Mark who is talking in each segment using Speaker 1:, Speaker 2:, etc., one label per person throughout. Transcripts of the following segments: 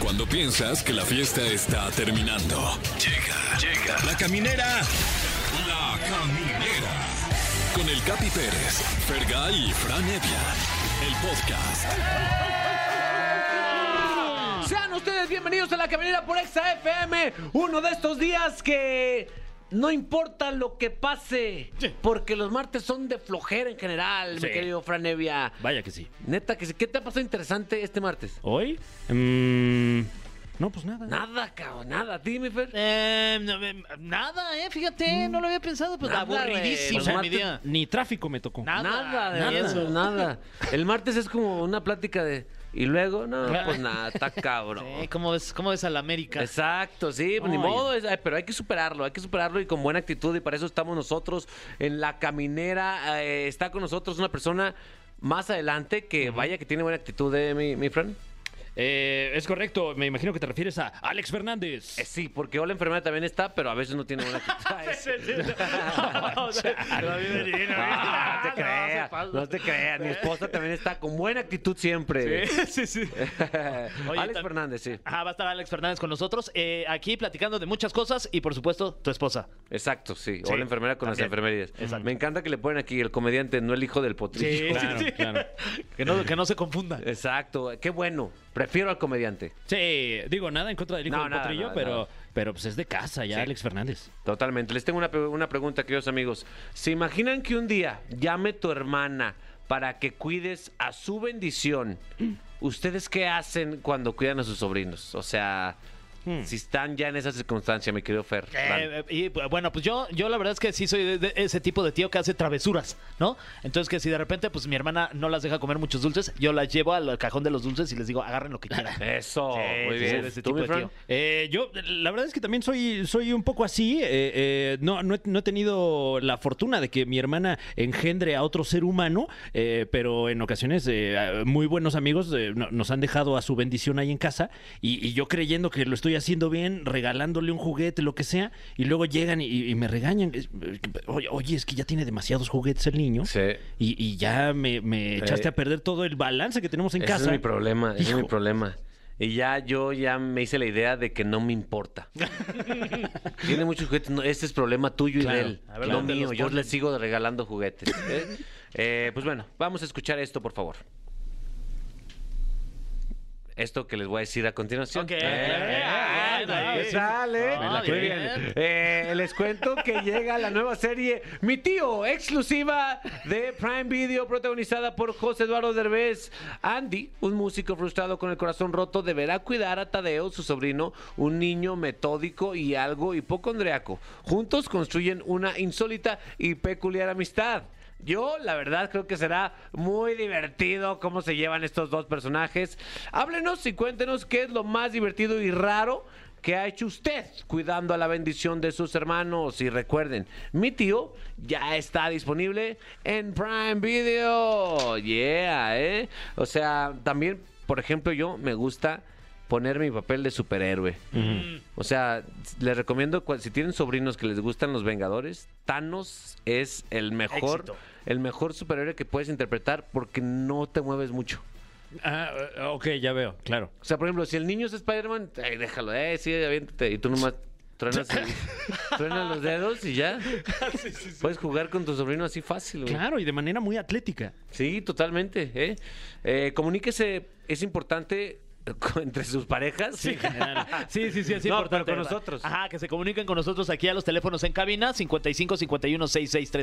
Speaker 1: Cuando piensas que la fiesta está terminando. Llega, llega. La caminera. La caminera. Con el Capi Pérez, Fergal y Fran Evia. El podcast.
Speaker 2: Sean ustedes bienvenidos a la caminera por Exa FM. Uno de estos días que no importa lo que pase, porque los martes son de flojera en general, mi
Speaker 3: Sí.
Speaker 2: querido Franevia.
Speaker 3: Vaya que sí.
Speaker 2: Neta, que sí. ¿qué te ha pasado interesante este martes?
Speaker 3: ¿Hoy? Mm, no, pues nada.
Speaker 2: Nada, cabrón, nada. Dime, Fer.
Speaker 4: Eh, no, eh, nada, eh, fíjate, no lo había pensado, pues
Speaker 2: Nada,
Speaker 4: aburridísimo
Speaker 2: güey.
Speaker 4: mi día.
Speaker 3: Ni tráfico me tocó.
Speaker 4: Nada.
Speaker 2: Nada, de
Speaker 4: nada.
Speaker 2: verdad, nada. El martes es como una plática de. Y luego, no, pues nada, está cabrón.
Speaker 4: Sí, ¿cómo ves, cómo ves a la América?
Speaker 2: Exacto, sí, pues, ni
Speaker 3: Ay.
Speaker 2: modo, es- ay, pero hay que superarlo, hay que superarlo y con buena actitud y para eso estamos nosotros en la caminera. eh, está con nosotros una persona más adelante que vaya que tiene buena actitud, de mi, mi friend.
Speaker 3: Eh, es correcto, me imagino que te refieres a Alex Fernández.
Speaker 2: Eh, sí, porque la enfermera también está, pero a veces no tiene buena actitud. Ay, sí.
Speaker 4: O sea, lo vi venir, lo vi venir.
Speaker 2: Ah, no te
Speaker 4: Ah, no, se
Speaker 2: creas,
Speaker 4: pasa.
Speaker 2: no te creas, mi esposa también está con buena actitud siempre.
Speaker 4: Sí, sí, sí. Oye,
Speaker 2: Alex
Speaker 4: tam-
Speaker 2: Fernández, sí.
Speaker 4: Ajá, va a estar Alex Fernández con nosotros, eh, aquí platicando de muchas cosas y por supuesto tu esposa.
Speaker 2: Exacto, sí. O
Speaker 4: Sí,
Speaker 2: la enfermera con las
Speaker 4: también.
Speaker 2: enfermerías.
Speaker 4: Exacto.
Speaker 2: Me encanta que le ponen aquí el comediante, no el hijo del potrillo.
Speaker 3: claro, claro.
Speaker 4: Que no, que no se
Speaker 2: Eh,
Speaker 4: confunda.
Speaker 2: Exacto, qué bueno. Prefiero al comediante.
Speaker 3: Sí, digo, nada en contra del hijo
Speaker 2: No,
Speaker 3: del
Speaker 2: nada,
Speaker 3: potrillo,
Speaker 2: nada,
Speaker 3: pero,
Speaker 2: nada.
Speaker 3: pero pues es de casa ya,
Speaker 2: Sí.
Speaker 3: Alex Fernández.
Speaker 2: Totalmente. Les tengo una, pe- una pregunta, queridos amigos. ¿Se imaginan que un día llame tu hermana para que cuides a su bendición? ¿Ustedes qué hacen cuando cuidan a sus sobrinos? O sea, si están ya en esa circunstancia, mi querido Fer. Fran.
Speaker 4: Hmm. Eh, y bu- bueno, pues yo, yo la verdad es que sí soy de, de ese tipo de tío que hace travesuras, ¿no? Entonces que si de repente pues mi hermana no las deja comer muchos dulces, yo las llevo al cajón de los dulces y les digo, agarren lo que quieran.
Speaker 2: Eso,
Speaker 4: Sí,
Speaker 2: muy
Speaker 4: sí,
Speaker 2: bien.
Speaker 4: soy de ese
Speaker 2: ¿Tú,
Speaker 4: tipo
Speaker 2: mi
Speaker 4: de
Speaker 2: Fran?
Speaker 4: tío.
Speaker 3: Eh, yo, la verdad es que también soy, soy un poco así. eh, eh, no, no, he, no he tenido la fortuna de que mi hermana engendre a otro ser humano, eh, pero en ocasiones eh, a- muy buenos amigos eh, no- nos han dejado a su bendición ahí en casa y, y yo creyendo que lo estoy haciendo bien, regalándole un juguete, lo que sea, y luego llegan y, y me regañan. Es- Oye, oye, es que ya tiene demasiados juguetes el niño.
Speaker 2: Sí.
Speaker 3: Y, y ya me, me echaste
Speaker 2: Eh,
Speaker 3: a perder todo el balance que tenemos en
Speaker 2: Ese
Speaker 3: casa.
Speaker 2: es mi problema, ese es mi
Speaker 3: Hijo.
Speaker 2: problema. Y ya yo ya me hice la idea de que no me importa. Tiene muchos juguetes. no, este es problema tuyo
Speaker 3: Claro,
Speaker 2: y de él.
Speaker 4: a ver
Speaker 2: no
Speaker 4: dónde
Speaker 2: mío.
Speaker 4: los
Speaker 2: Yo
Speaker 4: ponen.
Speaker 2: le sigo regalando juguetes. ¿eh? Eh, pues bueno, vamos a escuchar esto, por favor. Esto que les voy a decir a continuación.
Speaker 4: Ok.
Speaker 2: Eh,
Speaker 4: Ay,
Speaker 2: ¿Qué
Speaker 4: ay,
Speaker 2: tal, eh?
Speaker 4: ay,
Speaker 2: Muy
Speaker 4: bien.
Speaker 2: bien. Eh, les cuento que llega la nueva serie Mi Tío, exclusiva de Prime Video, protagonizada por José Eduardo Derbez. Andy, un músico frustrado con el corazón roto, deberá cuidar a Tadeo, su sobrino, un niño metódico y algo hipocondriaco. Juntos construyen una insólita y peculiar amistad. Yo, la verdad, creo que será muy divertido cómo se llevan estos dos personajes. Háblenos y cuéntenos qué es lo más divertido y raro que ha hecho usted cuidando a la bendición de sus hermanos. Y recuerden, mi tío ya está disponible en Prime Video. Yeah, ¿eh? O sea, también, por ejemplo, yo me gusta poner mi papel de superhéroe. O sea, les recomiendo, cua- si tienen sobrinos que les gustan los Vengadores, Thanos es el mejor,
Speaker 4: Éxito.
Speaker 2: el mejor superhéroe que puedes interpretar porque no te mueves mucho.
Speaker 3: Ah, ah, ok, ya veo, claro.
Speaker 2: O sea, por ejemplo, si el niño es Spider-Man, ay, déjalo, eh, sí, aviéntate. Y tú nomás truenas, el- truenas los dedos y ya. Puedes jugar con tu sobrino así fácil, güey.
Speaker 3: Claro, y de manera muy atlética.
Speaker 2: Sí, totalmente. ¿eh? Eh, comuníquese, es importante eh, co- entre sus parejas.
Speaker 4: Sí, sí, sí, es
Speaker 2: No, pero
Speaker 4: importante.
Speaker 2: con
Speaker 4: ¿verdad?
Speaker 2: nosotros.
Speaker 4: Ajá, que se comuniquen con nosotros aquí a los teléfonos en cabina 55 51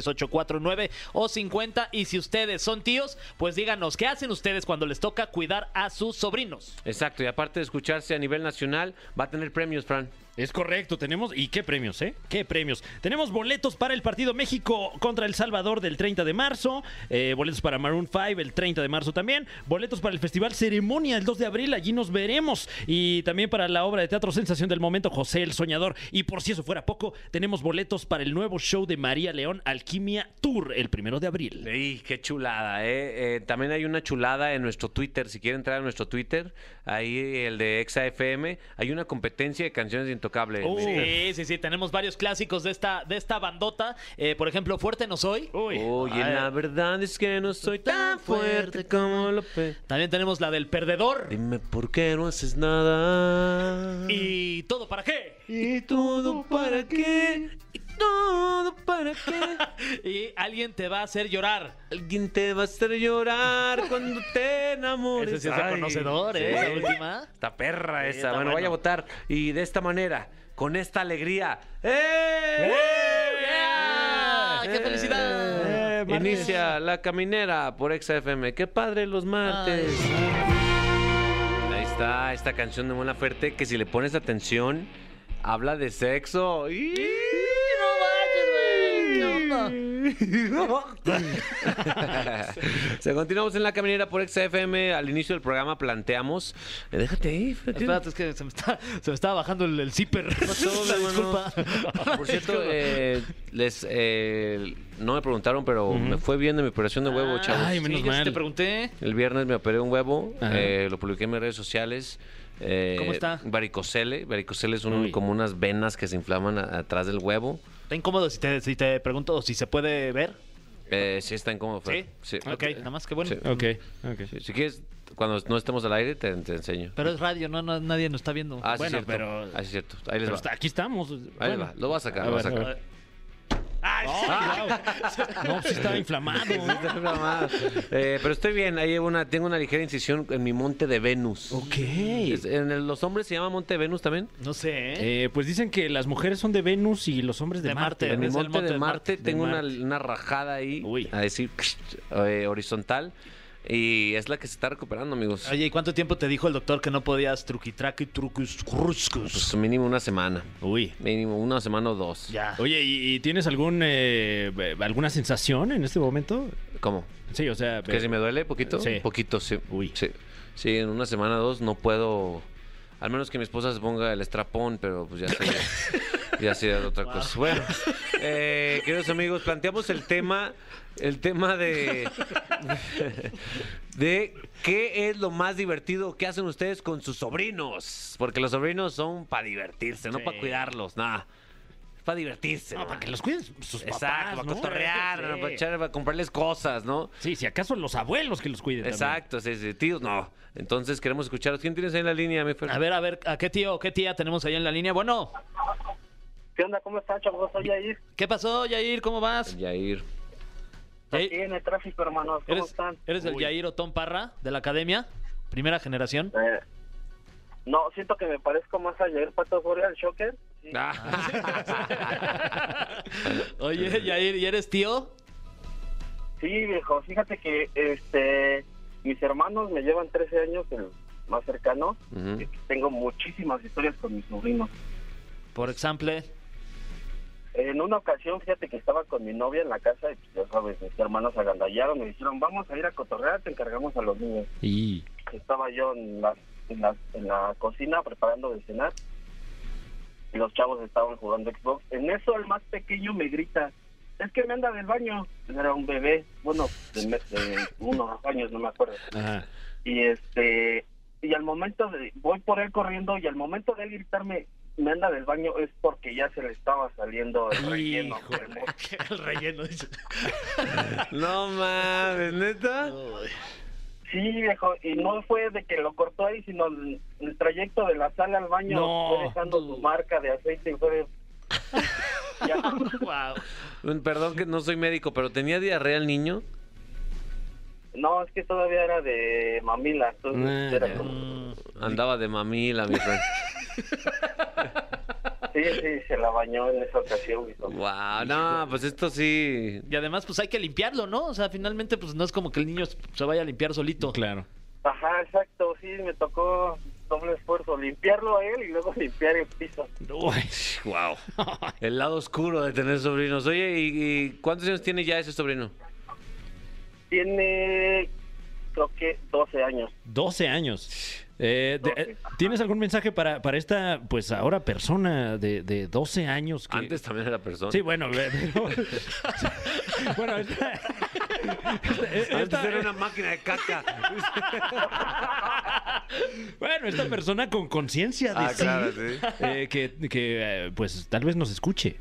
Speaker 4: 663849 o 50. Y si ustedes son tíos, pues díganos, ¿qué hacen ustedes cuando les toca cuidar a sus sobrinos?
Speaker 2: Exacto, y aparte de escucharse a nivel nacional, va a tener premios, Fran.
Speaker 3: Es correcto, tenemos. ¿Y qué premios, eh? ¿Qué premios? Tenemos boletos para el partido México contra El Salvador del 30 de marzo, eh, boletos para Maroon 5 el 30 de marzo también, boletos para el Festival Ceremonia el 2 de abril, allí nos veremos, y también para la obra de teatro Sensación del Momento, José el Soñador. Y por si eso fuera poco, tenemos boletos para el nuevo show de María León, Alquimia Tour, el primero de abril.
Speaker 2: ¡Ey, qué chulada! ¿eh? Eh, también hay una chulada en nuestro Twitter. Si quieren entrar a nuestro Twitter, ahí el de Exa FM, hay una competencia de canciones de Intocable.
Speaker 4: Uh.
Speaker 3: Oh.
Speaker 2: Mira.
Speaker 4: Sí, sí, sí, tenemos varios clásicos de esta, de esta bandota. Eh, por ejemplo, Fuerte No Soy.
Speaker 3: Uy.
Speaker 2: Oye,
Speaker 4: Ay.
Speaker 2: la verdad es que no soy tan fuerte como lo pe...
Speaker 4: También tenemos la del Perdedor.
Speaker 2: Dime ¿Por qué no haces nada?
Speaker 4: ¿Y todo para qué?
Speaker 2: ¿Y todo para qué? ¿Y todo para qué?
Speaker 4: Y alguien te va a hacer llorar.
Speaker 2: Alguien te va a hacer llorar cuando te enamores.
Speaker 4: Ese sí es de
Speaker 2: Ay,
Speaker 4: conocedor, ¿eh?
Speaker 2: sí.
Speaker 4: La última.
Speaker 2: Esta perra
Speaker 4: Sí,
Speaker 2: esa.
Speaker 4: está
Speaker 2: Bueno,
Speaker 4: bueno.
Speaker 2: vaya a votar. Y de esta manera, con esta alegría. ¡Eh!
Speaker 4: ¡Yeah! ¡Qué felicidad!
Speaker 2: Eh, Inicia la caminera por XFM. ¡Qué padre los martes! Ahí está esta canción de Buena Fuerte que si le pones atención, habla de sexo. ¡Y!
Speaker 4: ¡No manches,
Speaker 2: O sea, continuamos en la caminera por XFM. Al inicio del programa planteamos. eh, déjate ahí, Freddy.
Speaker 4: Espérate, es que se me, está, se me estaba bajando el, el zipper.
Speaker 2: pasó, mi
Speaker 4: Disculpa.
Speaker 2: hermano? Ah, Por cierto, eh, les eh, no me preguntaron, pero me fue bien de mi operación de huevo, chavos.
Speaker 3: Ay,
Speaker 4: Sí,
Speaker 3: menos
Speaker 4: yo sí te
Speaker 3: mal.
Speaker 4: pregunté.
Speaker 2: El viernes me operé un huevo,
Speaker 3: Ajá.
Speaker 2: eh, lo publiqué en mis redes sociales. eh,
Speaker 4: ¿Cómo está?
Speaker 2: Varicocele. Varicocele es un-
Speaker 3: Uy.
Speaker 2: como unas venas que se inflaman a- atrás del huevo.
Speaker 4: ¿Está incómodo si te, si te pregunto si se puede ver?
Speaker 2: Eh, sí, está incómodo. Fer.
Speaker 4: ¿Sí?
Speaker 2: Sí.
Speaker 4: Ok, nada más que bueno.
Speaker 2: Sí.
Speaker 3: Ok, ok.
Speaker 2: Sí, Si quieres, cuando no estemos al aire, te, te enseño.
Speaker 4: Pero es radio, no, no- nadie nos está viendo.
Speaker 2: Ah, sí,
Speaker 3: Bueno,
Speaker 2: cierto.
Speaker 3: pero-
Speaker 2: Ah, sí, cierto. Ahí les
Speaker 3: Pero
Speaker 2: va.
Speaker 3: está- aquí estamos.
Speaker 2: Ahí les va. Lo voy a sacar, lo voy a sacar.
Speaker 4: ah, Ay, sí.
Speaker 3: Ah. No, sí estaba inflamado.
Speaker 2: Está inflamada. Eh, pero estoy bien, ahí llevo una, tengo una ligera incisión en mi monte de Venus.
Speaker 3: Ok.
Speaker 2: Es- ¿En el- los hombres se llama monte de Venus también?
Speaker 4: No sé, ¿eh?
Speaker 3: Eh, pues dicen que las mujeres son de Venus y los hombres de,
Speaker 4: De Marte.
Speaker 3: Marte.
Speaker 2: En mi
Speaker 4: Es el
Speaker 2: monte,
Speaker 4: monte
Speaker 2: de
Speaker 4: de
Speaker 2: Marte,
Speaker 3: Marte.
Speaker 2: tengo
Speaker 3: De
Speaker 2: una-
Speaker 3: Marte.
Speaker 2: Una, rajada ahí,
Speaker 3: Uy.
Speaker 2: a decir, eh, horizontal, y es la que se está recuperando, amigos.
Speaker 4: Oye, ¿y cuánto tiempo te dijo el doctor que no podías truquitraqui trucus
Speaker 2: Pues
Speaker 4: cruscus?
Speaker 2: mínimo una semana,
Speaker 3: Uy.
Speaker 2: mínimo una semana o dos.
Speaker 4: Ya.
Speaker 3: Oye, ¿y, y tienes algún eh, eh, alguna sensación en este momento?
Speaker 2: ¿Cómo?
Speaker 3: Sí, o sea,
Speaker 2: ¿Que
Speaker 3: eh,
Speaker 2: si me duele poquito?
Speaker 3: Sí.
Speaker 2: Poquito, sí.
Speaker 3: Uy.
Speaker 2: Sí. Sí, en una semana o dos no puedo... Al menos que mi esposa se ponga el estrapón, pero pues ya sería, ya sería otra cosa. Bueno, eh, queridos amigos, planteamos el tema, el tema de, de qué es lo más divertido que hacen ustedes con sus sobrinos. Porque los sobrinos son para divertirse, no para
Speaker 4: Sí.
Speaker 2: cuidarlos, nada. Para divertirse.
Speaker 3: no,
Speaker 2: nomás.
Speaker 3: para que los cuides sus papás,
Speaker 2: Exacto, para
Speaker 3: ¿no?
Speaker 2: cotorrear,
Speaker 3: Sí.
Speaker 2: para, echar- para comprarles cosas, ¿no?
Speaker 3: Sí, si acaso los abuelos que los cuiden. también.
Speaker 2: Exacto, sí, sí, tíos, no. Entonces queremos escucharos. ¿Quién tienes ahí en la línea, mi Fer?
Speaker 4: A ver, a ver, ¿a qué tío o qué tía tenemos ahí en la línea? Bueno,
Speaker 5: ¿Qué onda? ¿Cómo están, chavos? Soy ahí.
Speaker 4: ¿qué pasó, Yair? ¿Cómo vas?
Speaker 2: Yair.
Speaker 5: Aquí
Speaker 4: Yair,
Speaker 5: en el tráfico, hermanos. ¿Cómo
Speaker 4: ¿Eres,
Speaker 5: están?
Speaker 4: eres el
Speaker 3: Uy.
Speaker 4: Yair Otón Parra de la academia? Primera generación.
Speaker 5: Eh, no, siento que me parezco más a Jair Pato Gloria, el Shocker. Sí.
Speaker 2: Ah.
Speaker 4: Oye, Yair, ¿y eres tío?
Speaker 5: Sí, viejo. Fíjate que este, mis hermanos me llevan 13 años, el más cercano.
Speaker 2: Ujú.
Speaker 5: y Tengo muchísimas historias con mis sobrinos.
Speaker 4: Por ejemplo.
Speaker 5: En una ocasión, fíjate que estaba con mi novia en la casa y pues, ya sabes, mis hermanos se agandallaron. Me dijeron, vamos a ir a cotorrear, te encargamos a los niños.
Speaker 3: Y...
Speaker 5: estaba yo en la, en la, en la cocina preparando de cenar y los chavos estaban jugando Xbox. En eso el más pequeño me grita, es que me anda del baño. Era un bebé, bueno, de, me- de unos años, no me acuerdo.
Speaker 3: Ajá.
Speaker 5: Y este y al momento de, voy por él corriendo y al momento de él gritarme, me anda del baño es porque ya se le estaba saliendo el relleno.
Speaker 3: Híjole.
Speaker 4: El relleno. dice.
Speaker 2: No mames, neta.
Speaker 5: Sí, viejo, y no fue de que lo cortó ahí, sino el, el trayecto de la sala al baño
Speaker 3: No.
Speaker 5: fue dejando su marca de aceite y fue... Ya.
Speaker 4: Guau.
Speaker 2: Mm, Perdón que no soy médico, pero tenía diarrea el niño.
Speaker 5: No, es que todavía era de mamila, entonces
Speaker 3: Ah,
Speaker 5: era
Speaker 3: ya.
Speaker 5: como...
Speaker 4: Mm.
Speaker 2: Andaba de mamila, mi Fer.
Speaker 5: Sí, sí, se la bañó en esa ocasión, viejo.
Speaker 2: Wow, no, pues esto sí.
Speaker 4: Y además, pues hay que limpiarlo, ¿no? O sea, finalmente, pues no es como que el niño se vaya a limpiar solito.
Speaker 3: ah, Claro.
Speaker 5: Ajá, exacto, sí, me tocó doble esfuerzo, limpiarlo a él y luego limpiar el piso.
Speaker 2: Wow. El lado oscuro de tener sobrinos. Oye, ¿y, y cuántos años tiene ya ese sobrino?
Speaker 5: Tiene, creo que 12 años.
Speaker 3: 12 años. Eh, de-
Speaker 5: Doce.
Speaker 3: eh, ¿Tienes algún mensaje para, para esta, pues ahora persona de, de 12 años? Que...
Speaker 2: Antes también era persona.
Speaker 3: Sí, bueno, ve- pero... bueno, esta... esta-
Speaker 2: Antes
Speaker 3: esta-
Speaker 2: Ah, era una máquina de caca.
Speaker 3: Bueno, esta persona con conciencia de
Speaker 2: Ah,
Speaker 3: sí,
Speaker 2: claro, sí.
Speaker 3: eh, que, que, eh, pues tal vez nos escuche.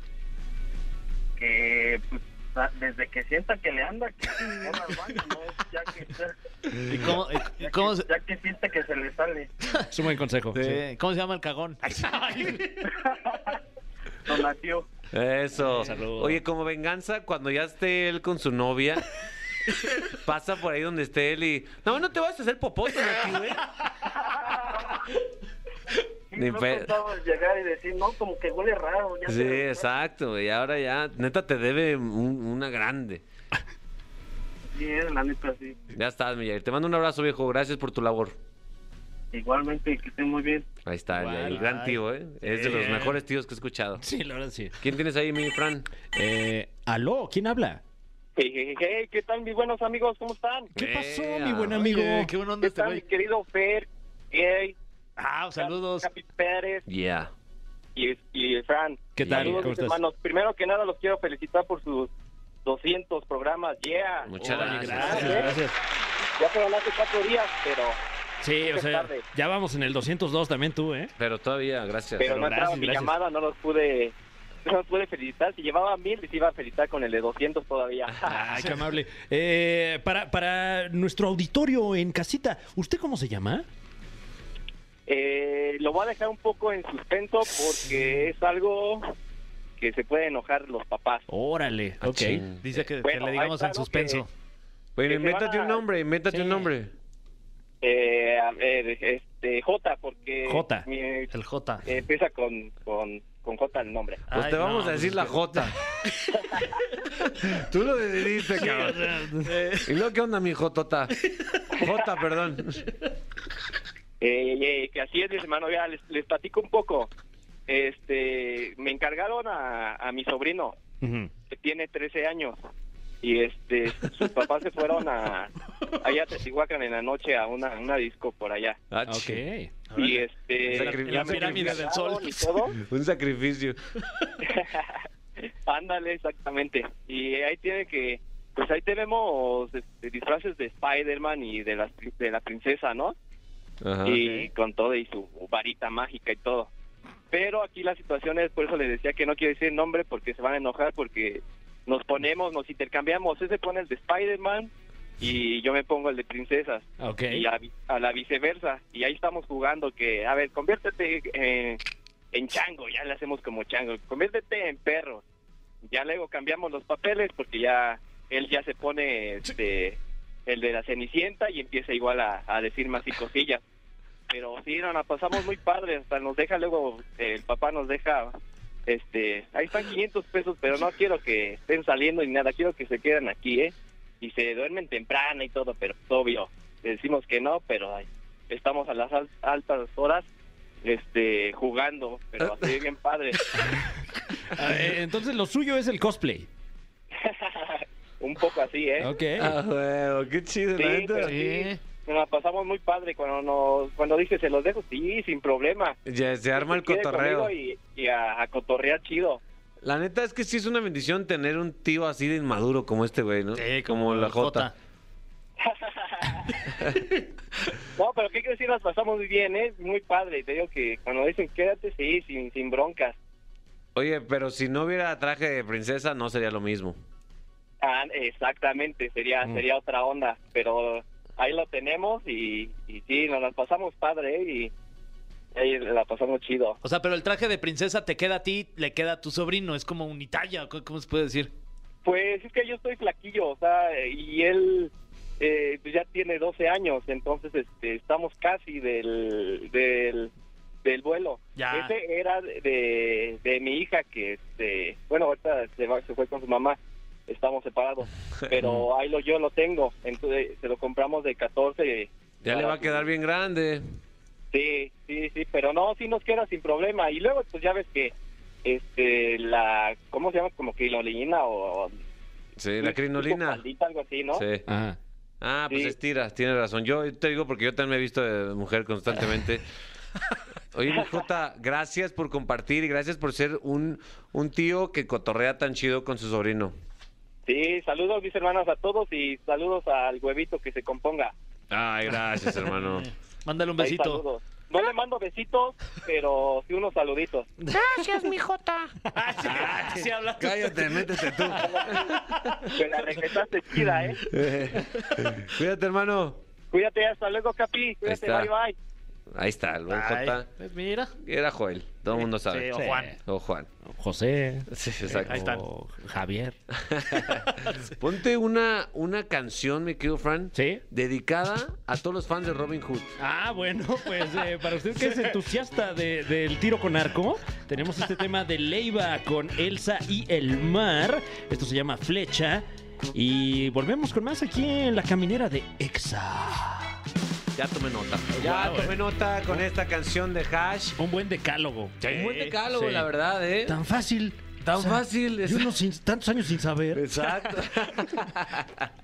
Speaker 5: que pues, sea, desde que sienta que le anda, que se le corra al baño, no es ya que,
Speaker 4: ¿Y cómo, y- y
Speaker 5: ya
Speaker 4: cómo
Speaker 5: que,
Speaker 4: se,
Speaker 5: ya que siente que se le sale.
Speaker 3: Es un buen consejo. sí.
Speaker 4: sí, cómo se llama el cagón?
Speaker 5: Donatio.
Speaker 2: Eso.
Speaker 3: Salud.
Speaker 2: Oye, como venganza, cuando ya esté él con su novia, pasa por ahí donde esté él y. No, no te vas a hacer popote aquí, güey.
Speaker 5: Sí,
Speaker 2: Ni
Speaker 5: no
Speaker 2: pe-
Speaker 5: pensaba llegar y decir, no, como que huele raro. Ya
Speaker 2: Sí,
Speaker 5: te-
Speaker 2: exacto, güey. Ahora ya, neta, te debe un- una grande.
Speaker 5: Sí, es la neta, sí.
Speaker 2: Ya estás, Miguel. Te mando un abrazo, viejo. Gracias por tu labor.
Speaker 5: Igualmente, que estén muy bien.
Speaker 2: Ahí está, el- el
Speaker 3: Guay.
Speaker 2: gran tío, ¿eh? Es de los
Speaker 3: Sí.
Speaker 2: mejores tíos que he escuchado.
Speaker 3: Sí, la verdad sí.
Speaker 2: ¿Quién tienes ahí, mi Fran?
Speaker 3: Eh, Aló, ¿quién habla?
Speaker 5: Hey, hey, hey, ¿qué tal, mis buenos amigos? ¿Cómo están?
Speaker 3: ¿Qué
Speaker 2: Vea.
Speaker 3: pasó, mi buen amigo?
Speaker 4: Oye, qué buena onda
Speaker 5: ¿Qué
Speaker 4: este
Speaker 5: tal, mi
Speaker 4: güey.
Speaker 5: querido Fer? Hey,
Speaker 4: Ah, saludos.
Speaker 5: Capi Pérez
Speaker 2: Yeah.
Speaker 5: y, y Fran.
Speaker 3: ¿Qué tal?
Speaker 5: Saludos,
Speaker 3: ¿Cómo
Speaker 5: mis
Speaker 3: estás?
Speaker 5: hermanos. Primero que nada, los quiero felicitar por sus 200 programas. Yeah.
Speaker 2: Muchas
Speaker 3: Oye,
Speaker 2: gracias.
Speaker 3: gracias, gracias.
Speaker 5: Ya fueron hace cuatro días, pero,
Speaker 3: Sí, o
Speaker 5: Qué
Speaker 3: sea,
Speaker 5: tarde.
Speaker 3: ya vamos en el 202 también tú, ¿eh?
Speaker 2: Pero todavía, gracias.
Speaker 5: pero no entraba
Speaker 3: gracias,
Speaker 5: mi
Speaker 3: gracias.
Speaker 5: llamada, no los pude... No los pude felicitar, si llevaba mil les iba a felicitar con el de 200 todavía.
Speaker 3: Ay, qué amable. Eh, para, para nuestro auditorio en casita, ¿usted cómo se llama?
Speaker 5: Eh, lo voy a dejar un poco en suspenso porque es algo que se puede enojar los papás.
Speaker 3: Órale, ok.
Speaker 2: Achín.
Speaker 4: Dice que, que
Speaker 5: Bueno,
Speaker 4: le
Speaker 5: ahí
Speaker 4: digamos
Speaker 5: está
Speaker 4: en
Speaker 5: algo
Speaker 4: suspenso.
Speaker 2: Bueno,
Speaker 5: que se
Speaker 2: invéntate
Speaker 5: van a-
Speaker 2: un nombre, invéntate
Speaker 3: Sí.
Speaker 2: un nombre.
Speaker 5: Eh, a ver, este, J, porque
Speaker 3: J.
Speaker 5: mi- eh,
Speaker 4: El J.
Speaker 5: empieza con, con, con J el nombre.
Speaker 2: Pues
Speaker 4: Ay,
Speaker 2: te vamos
Speaker 4: no,
Speaker 2: a decir
Speaker 4: pues,
Speaker 2: la
Speaker 4: qué-
Speaker 2: J. Tú lo decidiste, cabrón. ¿Y luego qué onda, mi Jotota? Jota, perdón.
Speaker 5: Eh, eh, que así es, mis hermanos, ya les, les platico un poco. Este, me encargaron a, a mi sobrino,
Speaker 3: Ujú.
Speaker 5: que tiene 13 años, y este, sus papás se fueron a, allá a Teotihuacán en la noche a una, una disco por allá.
Speaker 2: Ah, chi.
Speaker 3: Ok.
Speaker 5: Y
Speaker 4: Órale.
Speaker 5: este,
Speaker 2: La- la
Speaker 5: ya me
Speaker 4: pirámide del sol.
Speaker 5: y todo.
Speaker 2: Un sacrificio.
Speaker 5: Ándale, exactamente. Y ahí tiene que, pues ahí tenemos este, disfraces de Spider-Man y de la, de la princesa, ¿no?
Speaker 2: Ajá.
Speaker 5: Y con todo y su varita mágica y todo. Pero aquí la situación es, por eso les decía que no quiero decir nombre porque se van a enojar porque nos ponemos, nos intercambiamos. Él se pone el de Spider-Man y yo me pongo el de princesas
Speaker 3: Ok.
Speaker 5: y a, vi- a la viceversa. Y ahí estamos jugando que, a ver, conviértete eh, en chango, ya le hacemos como chango, conviértete en perro. Ya luego cambiamos los papeles porque ya él ya se pone este, el de la cenicienta y empieza igual a, a decir más y cosillas. Pero sí, no, la pasamos muy padre, hasta nos deja luego, eh, el papá nos deja... Este, ahí están 500 pesos, pero no quiero que estén saliendo ni nada, quiero que se queden aquí, ¿eh? Y se duermen temprano y todo, pero obvio, le decimos que no, pero ay, estamos a las al- altas horas este jugando, pero así bien padre.
Speaker 3: A ver, Ah, eh, entonces lo suyo es el cosplay.
Speaker 5: Un poco así, ¿eh?
Speaker 3: Ok.
Speaker 2: Ah, huevo, qué chido, la
Speaker 5: Sí,
Speaker 2: neta.
Speaker 5: pero-
Speaker 4: Sí.
Speaker 5: Nos la pasamos muy padre cuando nos cuando dije se los dejo, sí, sin problema.
Speaker 2: Ya se arma el
Speaker 5: Si quiere
Speaker 2: cotorreo.
Speaker 5: conmigo Y, y a, a cotorrear chido.
Speaker 2: La neta es que sí es una bendición tener un tío así de inmaduro como este güey, ¿no?
Speaker 4: Sí,
Speaker 2: la
Speaker 4: el
Speaker 2: Jota.
Speaker 5: No, pero qué quiero decir, las pasamos muy bien, ¿eh? Muy padre. Te digo que cuando dicen quédate, sí, sin, sin broncas.
Speaker 2: Oye, pero si no hubiera traje de princesa, no sería lo mismo.
Speaker 5: Ah, exactamente, sería sería otra onda, pero ahí lo tenemos y, y sí, nos la pasamos padre ¿eh? y ahí la pasamos chido.
Speaker 4: O sea, pero el traje de princesa te queda a ti, le queda a tu sobrino. Es como un Italia, ¿cómo cómo se puede decir?
Speaker 5: Pues es que yo estoy flaquillo, o sea, y él eh, pues ya tiene 12 años, entonces este, estamos casi del, del, del vuelo.
Speaker 4: Ya.
Speaker 5: Ese era de, de mi hija que, este, bueno, ahorita se, va- se fue con su mamá, estamos separados, pero ahí lo, yo lo tengo, entonces se lo compramos de 14.
Speaker 2: Ya le
Speaker 5: para
Speaker 2: va a
Speaker 5: su-
Speaker 2: quedar bien grande.
Speaker 5: Sí, sí, sí, pero no, sí nos queda sin problema. Y luego, pues ya ves que, este, la, ¿cómo se llama? Como crinolina o...
Speaker 2: Sí, la
Speaker 5: tipo
Speaker 2: crinolina.
Speaker 5: faldita, algo así, ¿no?
Speaker 2: Sí.
Speaker 3: Ajá.
Speaker 2: Ah, pues
Speaker 5: Sí.
Speaker 2: estira, tienes razón. Yo te digo porque yo también me he visto de mujer constantemente. Oye, mi Jota, gracias por compartir y gracias por ser un, un tío que cotorrea tan chido con su sobrino.
Speaker 5: Sí, saludos mis hermanas a todos y saludos al huevito que se componga.
Speaker 2: Ay, gracias, hermano.
Speaker 4: Mándale un
Speaker 5: Ahí,
Speaker 4: besito.
Speaker 5: saludos. No le mando besitos, pero sí unos saluditos.
Speaker 6: Gracias, mi Jota.
Speaker 4: sí, habla tú.
Speaker 2: Cállate, métete tú.
Speaker 5: Que la regresaste chida, ¿eh?
Speaker 2: Cuídate, hermano.
Speaker 5: Cuídate, hasta luego, Capi. Cuídate,
Speaker 2: está.
Speaker 5: bye, bye.
Speaker 2: Ahí está, el buen
Speaker 4: Ay,
Speaker 2: Jota.
Speaker 4: pues mira.
Speaker 2: Era Joel, todo el mundo
Speaker 4: Sí,
Speaker 2: sabe.
Speaker 4: o Juan.
Speaker 2: O Juan.
Speaker 3: José.
Speaker 2: Sí, exacto.
Speaker 4: Ahí están.
Speaker 3: o Javier.
Speaker 2: Ponte una, una canción, mi querido Fran,
Speaker 3: Sí.
Speaker 2: dedicada a todos los fans de Robin Hood.
Speaker 3: Ah, bueno, pues eh, para usted que es entusiasta de- del tiro con arco, tenemos este tema de Leiva con Elsa y el mar. Esto se llama Flecha. Y volvemos con más aquí en la caminera de Exa.
Speaker 2: Ya tomé nota. Ya
Speaker 3: Wow,
Speaker 4: eh.
Speaker 2: tomé nota con esta canción de Hash.
Speaker 3: Un buen decálogo.
Speaker 2: Un buen decálogo,
Speaker 3: sí.
Speaker 2: la verdad, ¿eh?
Speaker 3: Tan fácil.
Speaker 2: Tan
Speaker 3: O sea,
Speaker 2: fácil.
Speaker 3: Y unos sin- tantos años sin saber.
Speaker 2: Exacto.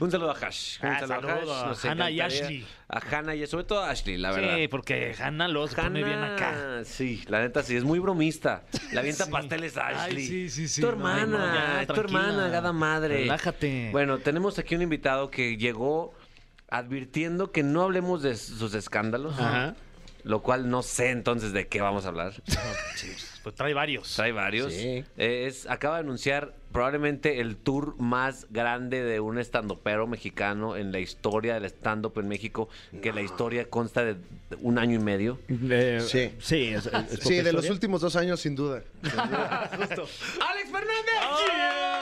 Speaker 2: Un saludo a Hash. Un
Speaker 4: Ah,
Speaker 2: a
Speaker 4: saludo a
Speaker 2: Nos
Speaker 4: Hannah y
Speaker 2: encantaría-
Speaker 4: Ashley.
Speaker 2: A Hannah y sobre todo a Ashley, la verdad.
Speaker 4: Sí, porque Hanna los
Speaker 2: Hannah,
Speaker 4: pone bien acá.
Speaker 2: Sí, la neta sí, es muy bromista. Le avienta pasteles a
Speaker 4: Ay,
Speaker 2: Ashley.
Speaker 4: sí, sí, sí.
Speaker 2: Tu
Speaker 4: No,
Speaker 2: hermana,
Speaker 4: no, ya,
Speaker 2: es tu
Speaker 4: tranquila.
Speaker 2: hermana, gada madre.
Speaker 4: Relájate.
Speaker 2: Bueno, tenemos aquí un invitado que llegó advirtiendo que no hablemos de sus escándalos.
Speaker 3: Ajá.
Speaker 2: Lo cual no sé entonces de qué vamos a hablar.
Speaker 4: Pues trae varios.
Speaker 2: Trae varios.
Speaker 3: Sí.
Speaker 2: Eh, es, acaba de anunciar probablemente el tour más grande de un estandopero mexicano en la historia del stand-up en México, que la historia consta de un año y medio.
Speaker 3: Eh,
Speaker 7: Sí.
Speaker 3: Sí, es- es poca
Speaker 7: Sí, de los
Speaker 3: historia.
Speaker 7: últimos dos años, sin duda.
Speaker 2: ¡Alex Fernández!
Speaker 3: eh.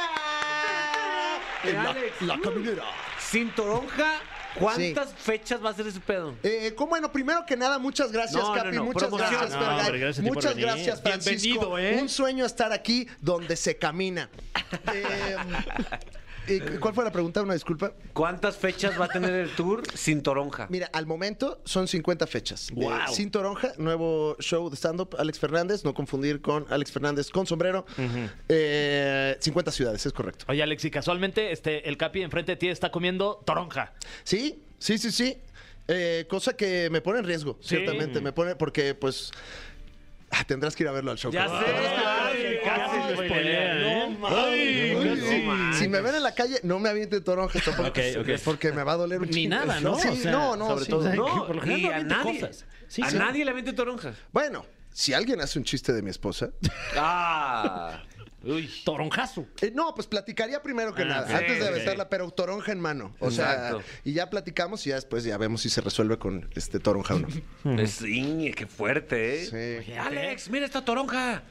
Speaker 3: ¡Ah!
Speaker 7: En la,
Speaker 2: Alex.
Speaker 3: mm.
Speaker 7: la caminera.
Speaker 2: Sin toronja, ¿cuántas fechas va a ser ese pedo?
Speaker 7: Eh, ¿cómo? Bueno, primero que nada, muchas gracias,
Speaker 2: No, no,
Speaker 7: Capi.
Speaker 2: no,
Speaker 7: Muchas
Speaker 2: promoción.
Speaker 7: gracias,
Speaker 3: No,
Speaker 7: Fergay.
Speaker 3: hombre, gracias a ti por
Speaker 7: Muchas
Speaker 3: venir.
Speaker 7: gracias, Francisco.
Speaker 4: Bienvenido, ¿eh?
Speaker 7: Un sueño estar aquí donde se camina. Eh, eh, ¿Cuál fue la pregunta? Una disculpa.
Speaker 2: ¿Cuántas fechas va a tener el tour sin toronja?
Speaker 7: Mira, al momento son 50 fechas.
Speaker 3: Wow.
Speaker 7: Eh, Sin Toronja, nuevo show de stand-up, Alex Fernández, no confundir con Alex Fernández con sombrero. Eh, 50 ciudades, es correcto.
Speaker 4: Oye, Alex, y casualmente este, el Capi enfrente de ti está comiendo toronja.
Speaker 7: Sí, sí, sí, sí. Eh, cosa que me pone en riesgo, ciertamente. Me pone, porque pues ah, tendrás que ir a verlo al show.
Speaker 2: Ya
Speaker 7: cabrón.
Speaker 2: sé,
Speaker 4: Ay,
Speaker 2: ay,
Speaker 4: casi
Speaker 2: ay,
Speaker 4: Ah, lo
Speaker 2: ay,
Speaker 4: spoilea,
Speaker 2: no
Speaker 4: ¿eh?
Speaker 2: mames.
Speaker 4: Ay,
Speaker 7: Uy,
Speaker 2: casi.
Speaker 7: no manches. Si me ven en la calle, no me avienten toronjas tampoco.
Speaker 3: Ok, ok.
Speaker 7: Es porque me va a doler un
Speaker 3: Ni
Speaker 7: chingo.
Speaker 3: nada, ¿no?
Speaker 7: Sí,
Speaker 3: O sea,
Speaker 7: no, no.
Speaker 3: sobre
Speaker 7: sí.
Speaker 3: todo.
Speaker 7: No.
Speaker 2: No,
Speaker 3: Por lo general
Speaker 2: y
Speaker 3: no
Speaker 2: a
Speaker 3: avienta
Speaker 2: nadie.
Speaker 3: cosas. Sí,
Speaker 2: a
Speaker 3: sí.
Speaker 2: nadie le vende toronjas.
Speaker 7: Bueno, si alguien hace un chiste de mi esposa,
Speaker 2: Ah,
Speaker 3: Toronjazo.
Speaker 7: Eh, no, pues platicaría primero
Speaker 3: Ah,
Speaker 7: que nada,
Speaker 2: sí,
Speaker 7: antes de
Speaker 2: sí.
Speaker 7: aventarla, pero toronja en mano. O
Speaker 2: Exacto.
Speaker 7: sea, y ya platicamos y ya después ya vemos si se resuelve con este toronja o no.
Speaker 2: es Iñe, qué fuerte, ¿eh?
Speaker 7: Sí.
Speaker 2: Alex, mira esta toronja.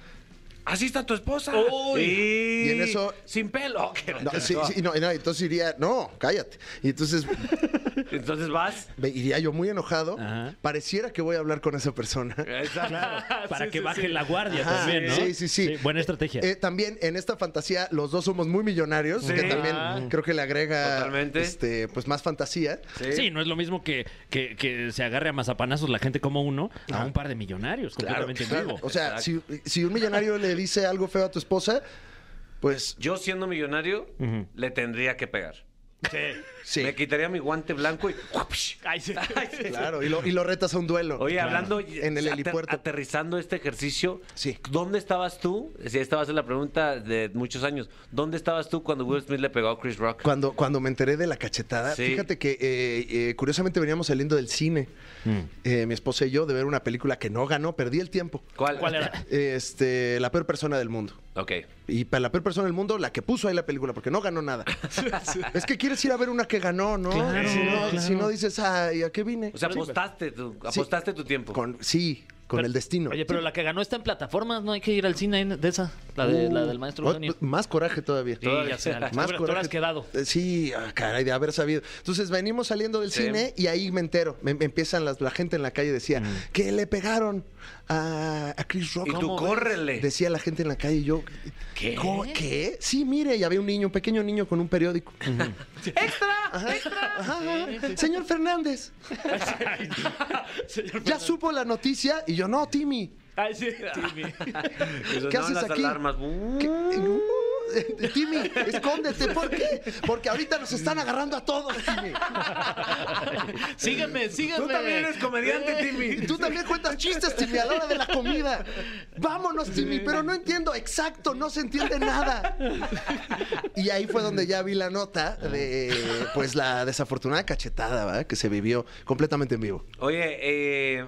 Speaker 2: Así está tu esposa.
Speaker 4: Uy.
Speaker 2: Y...
Speaker 7: Y en eso-
Speaker 2: Sin pelo.
Speaker 7: No, sí, sí, no, no, entonces iría, no, cállate. Y entonces
Speaker 2: Entonces vas.
Speaker 7: me iría yo muy enojado.
Speaker 3: Ajá.
Speaker 7: Pareciera que voy a hablar con esa persona.
Speaker 3: Para que baje la guardia
Speaker 7: Ajá.
Speaker 3: también, ¿no?
Speaker 7: Sí, sí, sí.
Speaker 3: Buena estrategia.
Speaker 7: Eh, también en esta fantasía, los dos somos muy millonarios, que también creo que le
Speaker 2: Ah.
Speaker 7: agrega
Speaker 2: Totalmente.
Speaker 7: este, pues más fantasía.
Speaker 2: Sí.
Speaker 3: Sí, no es lo mismo que, que, que se agarre a mazapanazos la gente como uno a un par de millonarios completamente en vivo.
Speaker 7: O sea, si, si un millonario le dice algo feo a tu esposa, pues
Speaker 2: Yo siendo millonario, le tendría que pegar.
Speaker 7: sí.
Speaker 2: Me quitaría mi guante blanco y...
Speaker 4: Ay, sí.
Speaker 7: Claro, y lo, y lo retas a un duelo.
Speaker 2: Oye, hablando...
Speaker 7: En el
Speaker 2: ater-
Speaker 7: helipuerto.
Speaker 2: aterrizando este ejercicio,
Speaker 7: Sí.
Speaker 2: ¿dónde estabas tú? Si esta va a ser la pregunta de muchos años. ¿Dónde estabas tú cuando Will Smith le pegó a Chris Rock?
Speaker 7: Cuando, cuando me enteré de la cachetada,
Speaker 2: Sí.
Speaker 7: fíjate que eh, eh, curiosamente veníamos saliendo del cine,
Speaker 2: Mm.
Speaker 7: eh, mi esposa y yo, de ver una película que no ganó, perdí el tiempo.
Speaker 2: ¿Cuál?
Speaker 4: ¿Cuál era?
Speaker 7: Este, la peor persona del mundo.
Speaker 2: Ok.
Speaker 7: Y para la peor persona del mundo, la que puso ahí la película, porque no ganó nada. es que quieres ir a ver una que ganó, ¿no?
Speaker 3: Claro,
Speaker 7: si, no
Speaker 3: claro.
Speaker 7: si no dices, ay, ¿a qué vine?
Speaker 2: O sea, apostaste tu, apostaste tu tiempo.
Speaker 7: Con, sí, con
Speaker 4: pues, Pero-
Speaker 7: el destino.
Speaker 4: Oye, pero la que ganó está en plataformas, no hay que ir al cine de esa, la, de, la del maestro
Speaker 7: Oh,
Speaker 4: Eugenio.
Speaker 7: Más coraje todavía.
Speaker 4: Sí, ya sé, Alex.
Speaker 7: Más
Speaker 4: Tú- tú
Speaker 7: coraje.
Speaker 4: habrás quedado.
Speaker 7: Eh, Sí, ah, caray, de haber sabido. Entonces venimos saliendo del
Speaker 2: Sí.
Speaker 7: cine y ahí me entero. Me, me empiezan las, la gente en la calle decía
Speaker 4: Mm.
Speaker 7: que le pegaron a, a Chris Rock.
Speaker 2: Y tú
Speaker 7: ¿Cómo ves?
Speaker 2: córrele.
Speaker 7: Decía la gente en la calle y yo. ¿Qué? ¿Qué? Sí, mire, y había un niño, un pequeño niño con un periódico. ¡Extra! ¡Extra! Señor Fernández,
Speaker 4: Señor-
Speaker 7: ya supo la noticia y yo, no, Timmy.
Speaker 4: Ay, sí, Timmy.
Speaker 7: ¿Qué haces
Speaker 2: las
Speaker 7: aquí?
Speaker 2: alarmas.
Speaker 7: ¿Qué? Eh, Timmy, escóndete, ¿por qué? Porque ahorita nos están agarrando a todos, Timmy.
Speaker 4: Síganme, síganme.
Speaker 2: Tú también eres comediante,
Speaker 7: Y
Speaker 2: Timmy.
Speaker 7: tú también cuentas chistes, Timmy, a la hora de la comida. Vámonos, Timmy, pero no entiendo exacto, no se entiende nada. Y ahí fue donde ya vi la nota de pues la desafortunada cachetada ¿verdad? que se vivió completamente en vivo.
Speaker 2: Oye, eh,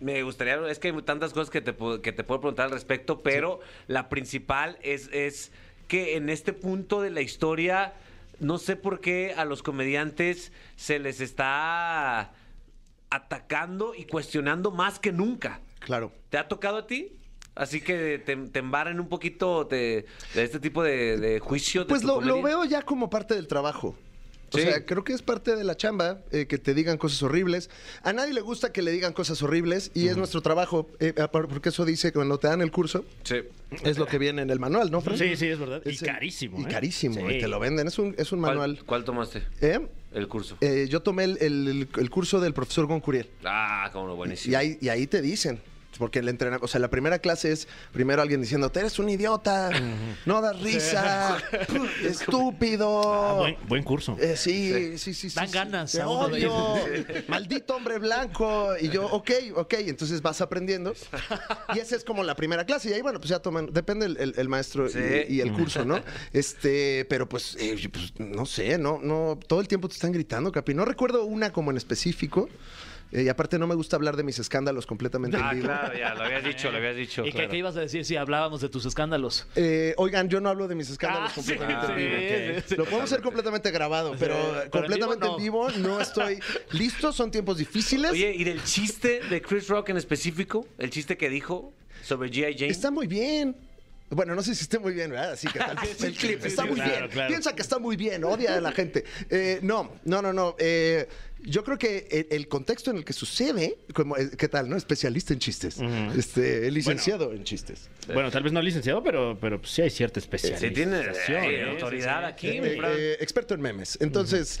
Speaker 2: Me gustaría, es que hay tantas cosas que te, pu- que te puedo preguntar al respecto, pero la principal es, es que en este punto de la historia, no sé por qué a los comediantes se les está atacando y cuestionando más que nunca.
Speaker 7: Claro.
Speaker 2: ¿Te ha tocado a ti? Así que te, te embarren un poquito de, de este tipo de, de juicio. de
Speaker 7: Pues
Speaker 2: tu
Speaker 7: lo, lo
Speaker 2: comedia.
Speaker 7: veo ya como parte del trabajo. O
Speaker 2: Sí.
Speaker 7: sea, creo que es parte de la chamba eh, que te digan cosas horribles. A nadie le gusta que le digan cosas horribles y es nuestro trabajo, eh, apar- porque eso dice cuando te dan el curso,
Speaker 2: Sí.
Speaker 7: es lo que viene en el manual, ¿no, Fran?
Speaker 3: Sí, sí, es verdad. y
Speaker 7: el-
Speaker 3: carísimo.
Speaker 7: Y
Speaker 3: ¿eh?
Speaker 7: carísimo,
Speaker 3: Sí.
Speaker 7: y te lo venden. Es un, es un
Speaker 2: ¿Cuál-
Speaker 7: manual.
Speaker 2: ¿Cuál, tomaste?
Speaker 7: ¿Eh?
Speaker 2: El curso.
Speaker 7: Eh, yo tomé el, el- el curso del profesor Goncuriel.
Speaker 2: Ah, cómo no, buenísimo.
Speaker 7: Y ahí, y ahí te dicen. Porque el entrenamiento, o sea, la primera clase es primero alguien diciendo, eres un idiota, no das risa, estúpido.
Speaker 3: Ah, buen, buen curso.
Speaker 7: Eh, sí, sí, sí, sí.
Speaker 4: Dan
Speaker 7: sí.
Speaker 4: ganas
Speaker 7: Te
Speaker 4: a uno de
Speaker 7: odio. Maldito hombre blanco. Y yo, ok, ok. Entonces vas aprendiendo. Y esa es como la primera clase. Y ahí, bueno, pues ya toman. Depende el, el- el maestro y-
Speaker 2: Sí.
Speaker 7: y, el curso, ¿no? Este, pero pues, eh, yo, pues, no sé, no, no. Todo el tiempo te están gritando, Capi. No recuerdo una como en específico. Eh, y aparte no me gusta hablar de mis escándalos completamente en
Speaker 2: Ah,
Speaker 7: vivo.
Speaker 2: claro, ya, lo habías dicho, lo habías dicho.
Speaker 4: ¿Y qué,
Speaker 2: claro.
Speaker 4: qué ibas a decir si hablábamos de tus escándalos?
Speaker 7: Eh, oigan, yo no hablo de mis escándalos
Speaker 4: Ah, sí,
Speaker 7: completamente en
Speaker 4: sí,
Speaker 7: vivo.
Speaker 4: sí, sí.
Speaker 7: Lo podemos hacer completamente grabado, pero
Speaker 4: pero en
Speaker 7: completamente en
Speaker 4: vivo
Speaker 7: vivo no. estoy listo. Son tiempos difíciles.
Speaker 2: Oye, ¿y del chiste de Chris Rock en específico? ¿El chiste que dijo sobre G.I. Jane?
Speaker 7: Está muy bien. Bueno, no sé si esté muy bien, ¿verdad? Así que tal vez el clip
Speaker 3: sí,
Speaker 7: está
Speaker 3: sí,
Speaker 7: muy
Speaker 3: claro,
Speaker 7: bien.
Speaker 3: claro.
Speaker 7: Piensa que está muy bien, odia a la gente. Eh, no, no, no, no. Eh, yo creo que el, el contexto en el que sucede, como, eh, ¿qué tal, no? Especialista en chistes. Este, licenciado en chistes.
Speaker 3: Bueno, tal vez no licenciado, pero, pero pues, sí hay cierta especialidad.
Speaker 2: Sí, tiene eh,
Speaker 3: ¿eh?
Speaker 2: autoridad aquí,
Speaker 7: Eh,
Speaker 2: mi Fran.
Speaker 7: eh, experto en memes. Entonces,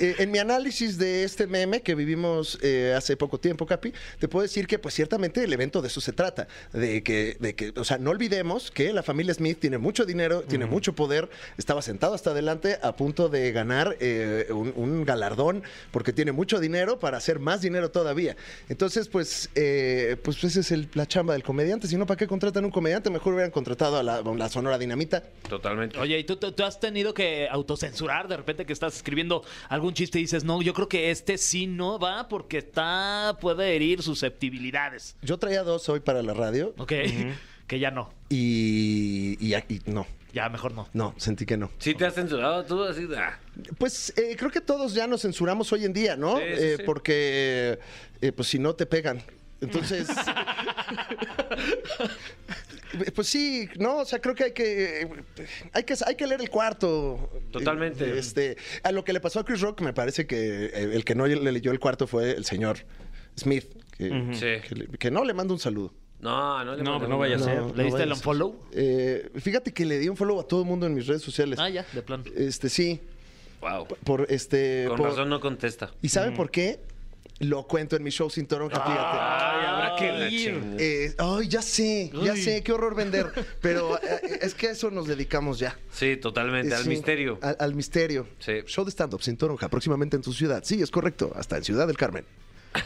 Speaker 7: eh, en mi análisis de este meme que vivimos eh, hace poco tiempo, Capi, te puedo decir que, pues ciertamente el evento de eso se trata. De que, de que o sea, no olvidemos que la familia Smith tiene mucho dinero, tiene mucho poder, estaba sentado hasta adelante a punto de ganar eh, un, un galardón porque tiene mucho dinero para hacer más dinero todavía. Entonces, pues, eh, pues esa es el- la chamba del comediante. Si no, ¿para qué contratan un comediante? Mejor hubieran contratado a la, a la Sonora Dinamita.
Speaker 2: Totalmente.
Speaker 4: Oye, ¿y tú, tú- tú has tenido que autocensurar de repente que estás escribiendo algún chiste y dices, no, yo creo que este sí no va porque está puede herir susceptibilidades?
Speaker 7: Yo traía dos hoy para la radio
Speaker 4: ¿Ok? Que ya no,
Speaker 7: y, y- y no,
Speaker 4: ya mejor no.
Speaker 7: no, sentí que no.
Speaker 2: ¿Sí te has censurado tú así? Ah.
Speaker 7: Pues eh, creo que todos ya nos censuramos hoy en día, ¿no?
Speaker 2: Sí, sí,
Speaker 7: Eh,
Speaker 2: sí.
Speaker 7: Porque, eh, pues si no, te pegan. Entonces... Pues sí, no, o sea, creo que hay que hay que hay que leer el cuarto.
Speaker 2: Totalmente.
Speaker 7: Este, a lo que le pasó a Chris Rock me parece que eh, el que no le leyó el cuarto fue el señor Smith, que,
Speaker 2: Sí.
Speaker 7: que le- que no le mando un saludo.
Speaker 2: No, no le
Speaker 3: No,
Speaker 2: mandé
Speaker 3: no vaya a
Speaker 2: nada.
Speaker 3: ser.
Speaker 4: ¿Le diste el
Speaker 7: vayas.
Speaker 4: unfollow?
Speaker 7: Eh, fíjate que le di un follow a todo el mundo en mis redes sociales.
Speaker 4: Ah, ya, de plano.
Speaker 7: Este, sí.
Speaker 2: Wow.
Speaker 7: Por este.
Speaker 2: Con
Speaker 7: por-
Speaker 2: razón no Mm. contesta.
Speaker 7: ¿Y saben por qué? Lo cuento en mi show sin toronja, fíjate.
Speaker 2: Ay, habrá que la
Speaker 4: ir.
Speaker 2: chingada.
Speaker 7: Eh, ay, ya sé, ya
Speaker 4: Ay.
Speaker 7: sé, qué horror vender. Pero eh, es que a eso nos dedicamos ya.
Speaker 2: Sí, totalmente, al
Speaker 7: Eh, Sí, Ah.
Speaker 2: misterio.
Speaker 7: Al, al misterio.
Speaker 2: Sí.
Speaker 7: Show de stand-up sin toronja, próximamente en tu ciudad. Sí, es correcto, hasta en Ciudad del Carmen.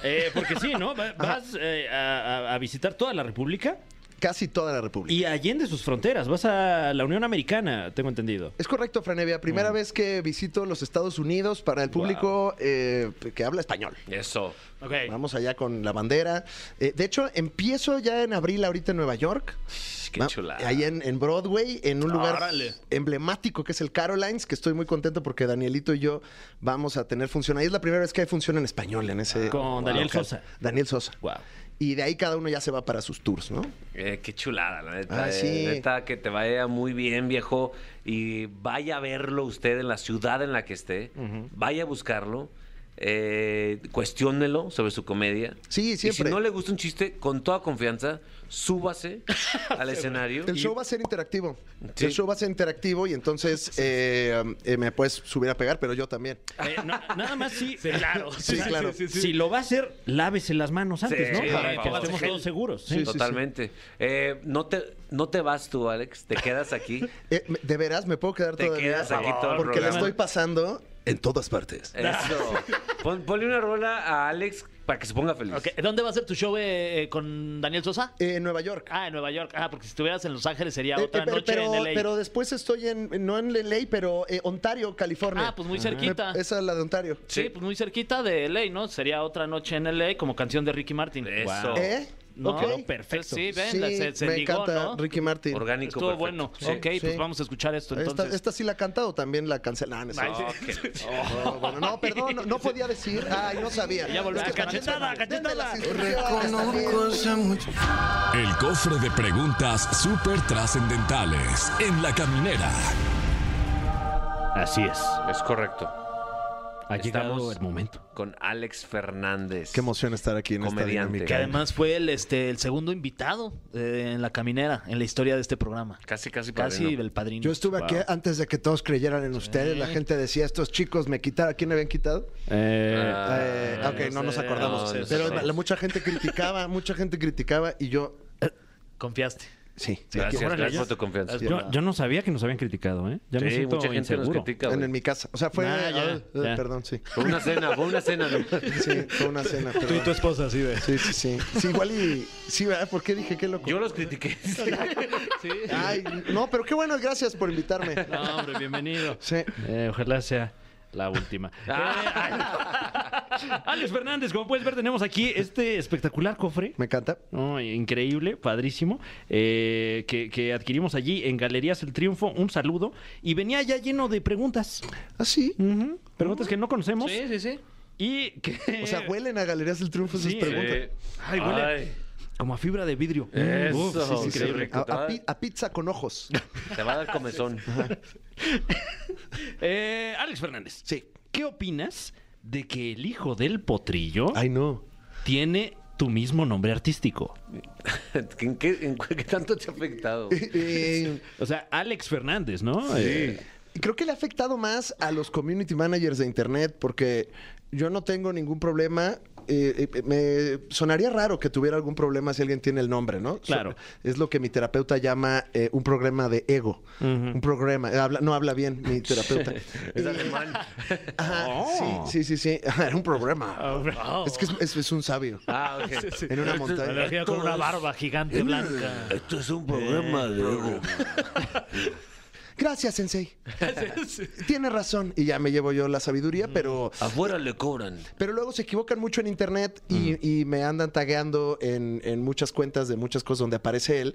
Speaker 3: Eh, porque sí, ¿no? Va- Vas eh, a, a- a visitar toda la República
Speaker 7: Casi toda la República.
Speaker 3: y allende sus fronteras. Vas a la Unión Americana, tengo entendido. Mm.
Speaker 7: Es correcto, Franevia. Primera vez que visito los Estados Unidos para el público eh, que habla español.
Speaker 2: Eso.
Speaker 4: Ok.
Speaker 7: Vamos allá con la bandera. Eh, de hecho, empiezo ya en abril ahorita en Nueva York.
Speaker 2: Qué
Speaker 7: Va-
Speaker 2: chulada.
Speaker 7: Ahí en, en Broadway, en un lugar
Speaker 4: Órale.
Speaker 7: emblemático que es el Carolines, que estoy muy contento porque Danielito y yo vamos a tener función. Ahí es la primera vez que hay función en español en ese.
Speaker 3: Con
Speaker 7: local.
Speaker 3: Daniel Sosa.
Speaker 7: Daniel Sosa.
Speaker 3: Wow.
Speaker 7: Y de ahí cada uno ya se va para sus tours, ¿no?
Speaker 2: Eh, qué chulada, la neta.
Speaker 7: Ah,
Speaker 2: eh,
Speaker 7: sí.
Speaker 2: neta, que te vaya muy bien, viejo. Y vaya a verlo usted en la ciudad en la que esté. Vaya a buscarlo. Eh, cuestiónelo sobre su comedia.
Speaker 7: Sí,
Speaker 2: Y
Speaker 7: siempre.
Speaker 2: si no le gusta un chiste, con toda confianza, súbase al escenario.
Speaker 7: El
Speaker 2: y-
Speaker 7: show va a ser interactivo.
Speaker 2: Sí.
Speaker 7: El show va a ser interactivo y entonces eh, eh, me puedes subir a pegar, pero yo también.
Speaker 3: Eh, no, nada más sí. claro.
Speaker 7: Sí, claro.
Speaker 3: Si lo va a hacer, lávese las manos antes,
Speaker 2: Sí,
Speaker 3: ¿no?
Speaker 2: por
Speaker 3: Para que
Speaker 2: favor.
Speaker 3: estemos todos seguros. sí.
Speaker 2: Totalmente. Eh, no, te, no te vas tú, Alex. Te quedas aquí.
Speaker 7: Eh, me- de veras, me puedo quedar
Speaker 2: Te
Speaker 7: todavía.
Speaker 2: quedas aquí todo el
Speaker 7: Porque la Eh,
Speaker 2: programa.
Speaker 7: estoy pasando en todas partes.
Speaker 2: Eso. Pon- ponle una rola a Alex para que se ponga feliz.
Speaker 4: Ok, ¿Dónde va a ser tu show eh, eh, con Daniel Sosa?
Speaker 8: Eh, en Nueva York.
Speaker 4: Ah, en Nueva York. Ah, porque si estuvieras en Los Ángeles sería
Speaker 8: Eh,
Speaker 4: otra
Speaker 8: eh, pero-
Speaker 4: noche
Speaker 8: pero,
Speaker 4: en LA.
Speaker 8: pero después estoy en, no en LA, pero eh, Ontario, California.
Speaker 4: ah, pues muy cerquita.
Speaker 8: Esa es la de Ontario.
Speaker 4: Sí, pues muy cerquita de LA, ¿no? Sería otra noche en LA como canción de Ricky Martin.
Speaker 2: Eso.
Speaker 8: ¿Eh?
Speaker 4: ¿No?
Speaker 8: Ok.
Speaker 4: Quedó perfecto. Sí, ven, la- se- se
Speaker 8: me
Speaker 4: ligó,
Speaker 8: encanta
Speaker 4: ¿no?
Speaker 8: Ricky Martin.
Speaker 2: Orgánico.
Speaker 4: Estuvo
Speaker 2: perfecto.
Speaker 4: bueno.
Speaker 2: Sí.
Speaker 4: ok, pues
Speaker 8: sí.
Speaker 4: vamos a escuchar esto
Speaker 8: Esta,
Speaker 4: entonces.
Speaker 8: esta sí la canta o también la
Speaker 7: Ah,
Speaker 8: cancelan. No,
Speaker 4: Ay,
Speaker 2: Ok.
Speaker 8: no, Oh, bueno, no, perdón, no, no podía decir. Ay, no sabía.
Speaker 4: Ya volvió.
Speaker 8: que-
Speaker 4: Cachetada, cachetada.
Speaker 8: Denme las instrucciones también.
Speaker 1: El cofre de preguntas súper trascendentales en la caminera.
Speaker 3: Así es.
Speaker 2: Es correcto.
Speaker 3: Ha llegado
Speaker 2: Estamos-
Speaker 3: el momento.
Speaker 2: Con Alex Fernández.
Speaker 8: Qué emoción estar aquí en
Speaker 2: Comediante.
Speaker 4: que
Speaker 8: esta dinámica.
Speaker 4: además fue el, este, el segundo invitado eh, en La Caminera, en la historia de este programa.
Speaker 2: Casi, casi
Speaker 4: Casi
Speaker 2: padrino.
Speaker 4: el padrino.
Speaker 7: Yo estuve aquí antes de que todos creyeran en ustedes. La gente decía, estos chicos me quitaron. ¿A quién le habían quitado?
Speaker 3: Eh,
Speaker 7: Eh,
Speaker 2: Ah,
Speaker 7: ok, no
Speaker 4: sé,
Speaker 7: nos acordamos.
Speaker 2: no, no
Speaker 7: pero
Speaker 2: sé.
Speaker 7: la-
Speaker 8: La- mucha gente criticaba, mucha gente criticaba y yo.
Speaker 4: Confiaste.
Speaker 7: sí.
Speaker 2: Gracias,
Speaker 3: Órale,
Speaker 2: gracias
Speaker 3: ya.
Speaker 2: por tu confianza.
Speaker 4: Es
Speaker 3: yo, yo no sabía que nos habían criticado, ¿eh? Ya me
Speaker 2: sí,
Speaker 3: siento
Speaker 2: mucha gente
Speaker 3: inseguro.
Speaker 2: nos critica.
Speaker 7: En,
Speaker 2: güey.
Speaker 7: en mi casa. O sea, fue.
Speaker 3: Nah, ya,
Speaker 7: ah, ah,
Speaker 3: ya.
Speaker 7: Perdón, sí.
Speaker 2: Fue una cena, fue una cena. ¿no?
Speaker 7: Sí, fue una cena. Tú y tu esposa, sí, Sí, sí, sí. Sí, igual y. Sí, ¿verdad? ¿Por qué dije qué loco?
Speaker 2: Yo los critiqué.
Speaker 7: Ay, no, pero qué bueno, gracias por invitarme.
Speaker 3: No, hombre, bienvenido.
Speaker 7: Sí.
Speaker 3: Eh, ojalá sea la última. Eh, Alex Fernández, como puedes ver, tenemos aquí este espectacular cofre.
Speaker 7: Me encanta.
Speaker 3: No, increíble, padrísimo, eh, que, que adquirimos allí en Galerías El Triunfo, un saludo, y venía ya lleno de preguntas,
Speaker 7: Ah, sí.
Speaker 3: Ujú, preguntas que no conocemos,
Speaker 4: Sí, sí, sí.
Speaker 3: y que...
Speaker 7: O sea, huelen a Galerías del Triunfo esas
Speaker 3: Sí,
Speaker 7: preguntas.
Speaker 2: Eh,
Speaker 3: Ay, huele como a fibra de vidrio.
Speaker 2: Eso,
Speaker 3: Uf, sí, sí,
Speaker 2: sí,
Speaker 3: increíble.
Speaker 2: sí, rico.
Speaker 7: A, a pi- a pizza con ojos.
Speaker 2: Te va a dar comezón.
Speaker 3: Eh, Alex Fernández,
Speaker 7: Sí.
Speaker 3: ¿qué opinas de que el hijo del potrillo
Speaker 7: Ay, no.
Speaker 3: tiene tu mismo nombre artístico?
Speaker 2: ¿En qué, en qué- qué tanto te ha afectado? güey?
Speaker 7: Eh,
Speaker 3: O sea, Alex Fernández, ¿no? Eh,
Speaker 7: Creo que le ha afectado más a los community managers de Internet porque yo no tengo ningún problema. eh, eh, me sonaría raro que tuviera algún problema si alguien tiene el nombre, ¿no? So-
Speaker 3: Claro.
Speaker 7: es lo que mi terapeuta llama eh, un problema de ego. Un problema. Habla, no habla bien mi terapeuta.
Speaker 2: Es alemán.
Speaker 7: Ajá,
Speaker 3: Oh.
Speaker 7: Sí, sí, sí. sí. Ajá, Era un problema.
Speaker 4: Oh.
Speaker 7: Es que es, es- es un sabio.
Speaker 2: Ah, ok.
Speaker 7: En una montaña.
Speaker 4: Analogía con una barba gigante blanca.
Speaker 2: Eh, Esto es un problema de
Speaker 7: Gracias, Sensei. Tiene razón. Y ya me llevo yo la sabiduría, pero
Speaker 2: Afuera le cobran.
Speaker 7: Pero luego se equivocan mucho en internet y, y me andan tagueando en, en muchas cuentas de muchas cosas donde aparece él.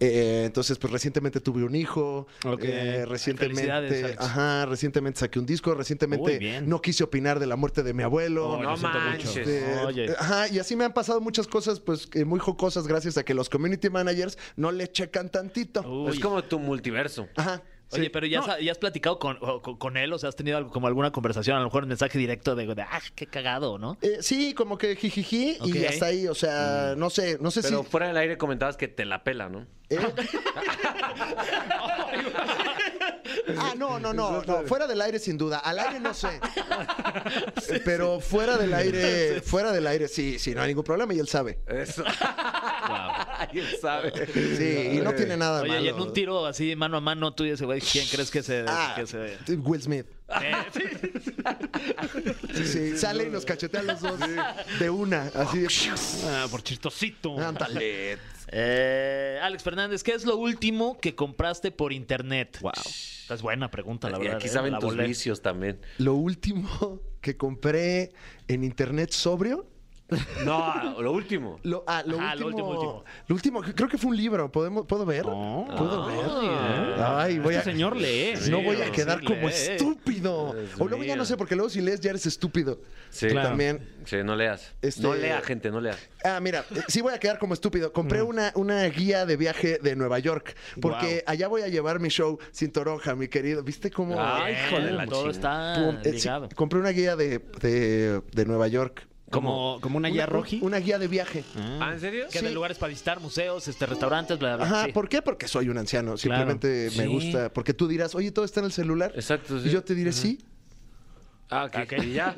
Speaker 7: Eh, entonces, pues recientemente tuve un hijo.
Speaker 3: Ok.
Speaker 7: eh,
Speaker 4: Felicidades,
Speaker 7: recientemente,
Speaker 4: Alex.
Speaker 7: ajá, recientemente saqué un disco.
Speaker 3: Muy
Speaker 7: Recientemente
Speaker 3: bien.
Speaker 7: no quise opinar de la muerte de mi
Speaker 4: Oh,
Speaker 7: abuelo.
Speaker 2: No,
Speaker 3: lo siento mucho.
Speaker 2: manches.
Speaker 7: Este,
Speaker 4: Oye.
Speaker 7: Ajá, y así me han pasado muchas cosas, pues eh, muy jocosas, gracias a que los community managers no le checan tantito.
Speaker 3: Uy.
Speaker 2: Es como tu multiverso.
Speaker 7: Ajá.
Speaker 4: Uh. Oye,
Speaker 7: sí.
Speaker 4: pero ya, sa- ya has platicado con, o- con, con él, o sea, has tenido algo, como alguna conversación, a lo mejor un mensaje directo de, de, ah, qué cagado, ¿no?
Speaker 7: Eh, sí, como que jijiji y
Speaker 4: Ok. Mm.
Speaker 7: hasta ahí, o sea, no sé, no sé
Speaker 2: Pero
Speaker 7: si. eh,
Speaker 2: fuera del aire comentabas que te la pela, ¿no?
Speaker 7: Ah, no, no, no, no. Fuera del aire, sin duda. Al aire no sé. Eh, Pero fuera del aire, fuera del aire, sí, sí, no hay ningún problema y él sabe.
Speaker 2: Eso. Ay, él sabe.
Speaker 7: Sí, y no tiene nada de
Speaker 4: Oye,
Speaker 7: malo.
Speaker 4: y en un tiro así, mano a mano, tú y ese güey, ¿quién crees que se...
Speaker 7: Ah,
Speaker 4: que se-
Speaker 7: Will Smith.
Speaker 3: Ah,
Speaker 4: Eh,
Speaker 7: Sí, sí, sale y nos cachetea a los dos de una, así.
Speaker 3: Ah, por
Speaker 4: Oh,
Speaker 3: chistosito.
Speaker 7: Ándale.
Speaker 4: eh, Alex Fernández, ¿qué es lo último que compraste por internet? Wow. Esta es buena pregunta, la
Speaker 2: y
Speaker 4: verdad.
Speaker 2: aquí
Speaker 4: eh,
Speaker 2: saben
Speaker 4: la
Speaker 2: tus
Speaker 4: volé.
Speaker 2: vicios también.
Speaker 7: Lo último que compré en internet sobrio.
Speaker 2: No, lo último.
Speaker 7: Lo, ah, lo
Speaker 4: Ajá, lo
Speaker 7: último,
Speaker 4: último,
Speaker 7: lo último,
Speaker 4: último. Oh.
Speaker 7: creo que fue un libro. ¿Podemos, ¿Puedo ver?
Speaker 3: No.
Speaker 7: ¿Puedo ver?
Speaker 4: eh.
Speaker 7: Ay, voy
Speaker 3: Este
Speaker 7: a,
Speaker 3: señor lee.
Speaker 7: no voy a
Speaker 4: sí,
Speaker 7: quedar
Speaker 4: lee.
Speaker 7: como estúpido.
Speaker 2: Dios
Speaker 7: O luego ya no
Speaker 2: mío.
Speaker 7: sé, porque luego si lees ya eres estúpido.
Speaker 2: Sí,
Speaker 3: Claro.
Speaker 7: También.
Speaker 2: Sí, no leas.
Speaker 7: Este-
Speaker 2: No lea, gente, no lea.
Speaker 7: Ah, mira, eh, sí voy a quedar como estúpido. Compré una, una guía de viaje de Nueva York, porque allá voy a llevar mi show Cintoronja, mi querido. ¿Viste cómo?
Speaker 2: Ay,
Speaker 4: Eh,
Speaker 2: hijo de la
Speaker 4: Todo
Speaker 2: chingada.
Speaker 4: está
Speaker 7: Pum, eh, sí,
Speaker 4: ligado.
Speaker 7: compré una guía de, de, de Nueva York.
Speaker 3: Como, como una guía roji.
Speaker 7: Una guía de viaje.
Speaker 2: ¿Ah, en serio?
Speaker 4: Que de lugares para visitar, museos, este, restaurantes, bla, bla, bla.
Speaker 7: Ajá,
Speaker 4: sí.
Speaker 7: ¿por qué? Porque soy un anciano.
Speaker 3: Claro.
Speaker 7: Simplemente me
Speaker 2: Sí.
Speaker 7: gusta. Porque tú dirás, oye, todo está en el celular.
Speaker 2: Exacto, sí.
Speaker 7: Y yo te diré, sí.
Speaker 2: Ah, ok. Y ya.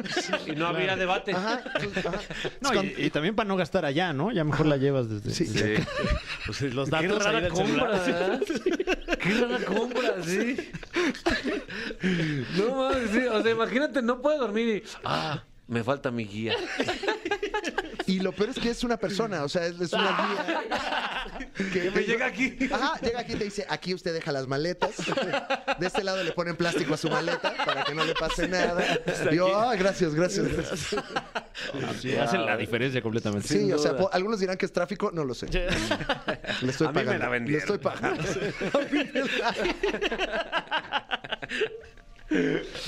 Speaker 2: Y no había debate.
Speaker 7: Ajá. ajá.
Speaker 3: No, y, y también para no gastar allá, ¿no? Ya mejor la llevas desde.
Speaker 7: Sí.
Speaker 3: desde-
Speaker 2: Sí.
Speaker 4: Pues, los
Speaker 2: Qué
Speaker 4: datos ahí
Speaker 2: rara
Speaker 4: del
Speaker 2: compra,
Speaker 4: celular.
Speaker 2: ¿verdad? Qué rara compra, sí. No mames, sí. O sea, imagínate, no puede dormir y. Ah, me falta mi guía.
Speaker 7: Y lo peor es que es una persona, o sea, es, es una guía.
Speaker 2: Que me
Speaker 7: te-
Speaker 2: llega aquí.
Speaker 7: Ajá, llega aquí y te dice, aquí usted deja las maletas. De este lado le ponen plástico a su maleta para que no le pase nada. Y yo, "Ay, gracias, gracias, gracias.
Speaker 4: ah,
Speaker 3: Hacen la diferencia completamente.
Speaker 7: Sí, o sea, po- algunos dirán que es tráfico, no lo sé. Le estoy
Speaker 2: A mí me
Speaker 7: pagando.
Speaker 2: la vendieron.
Speaker 7: Le estoy pagando.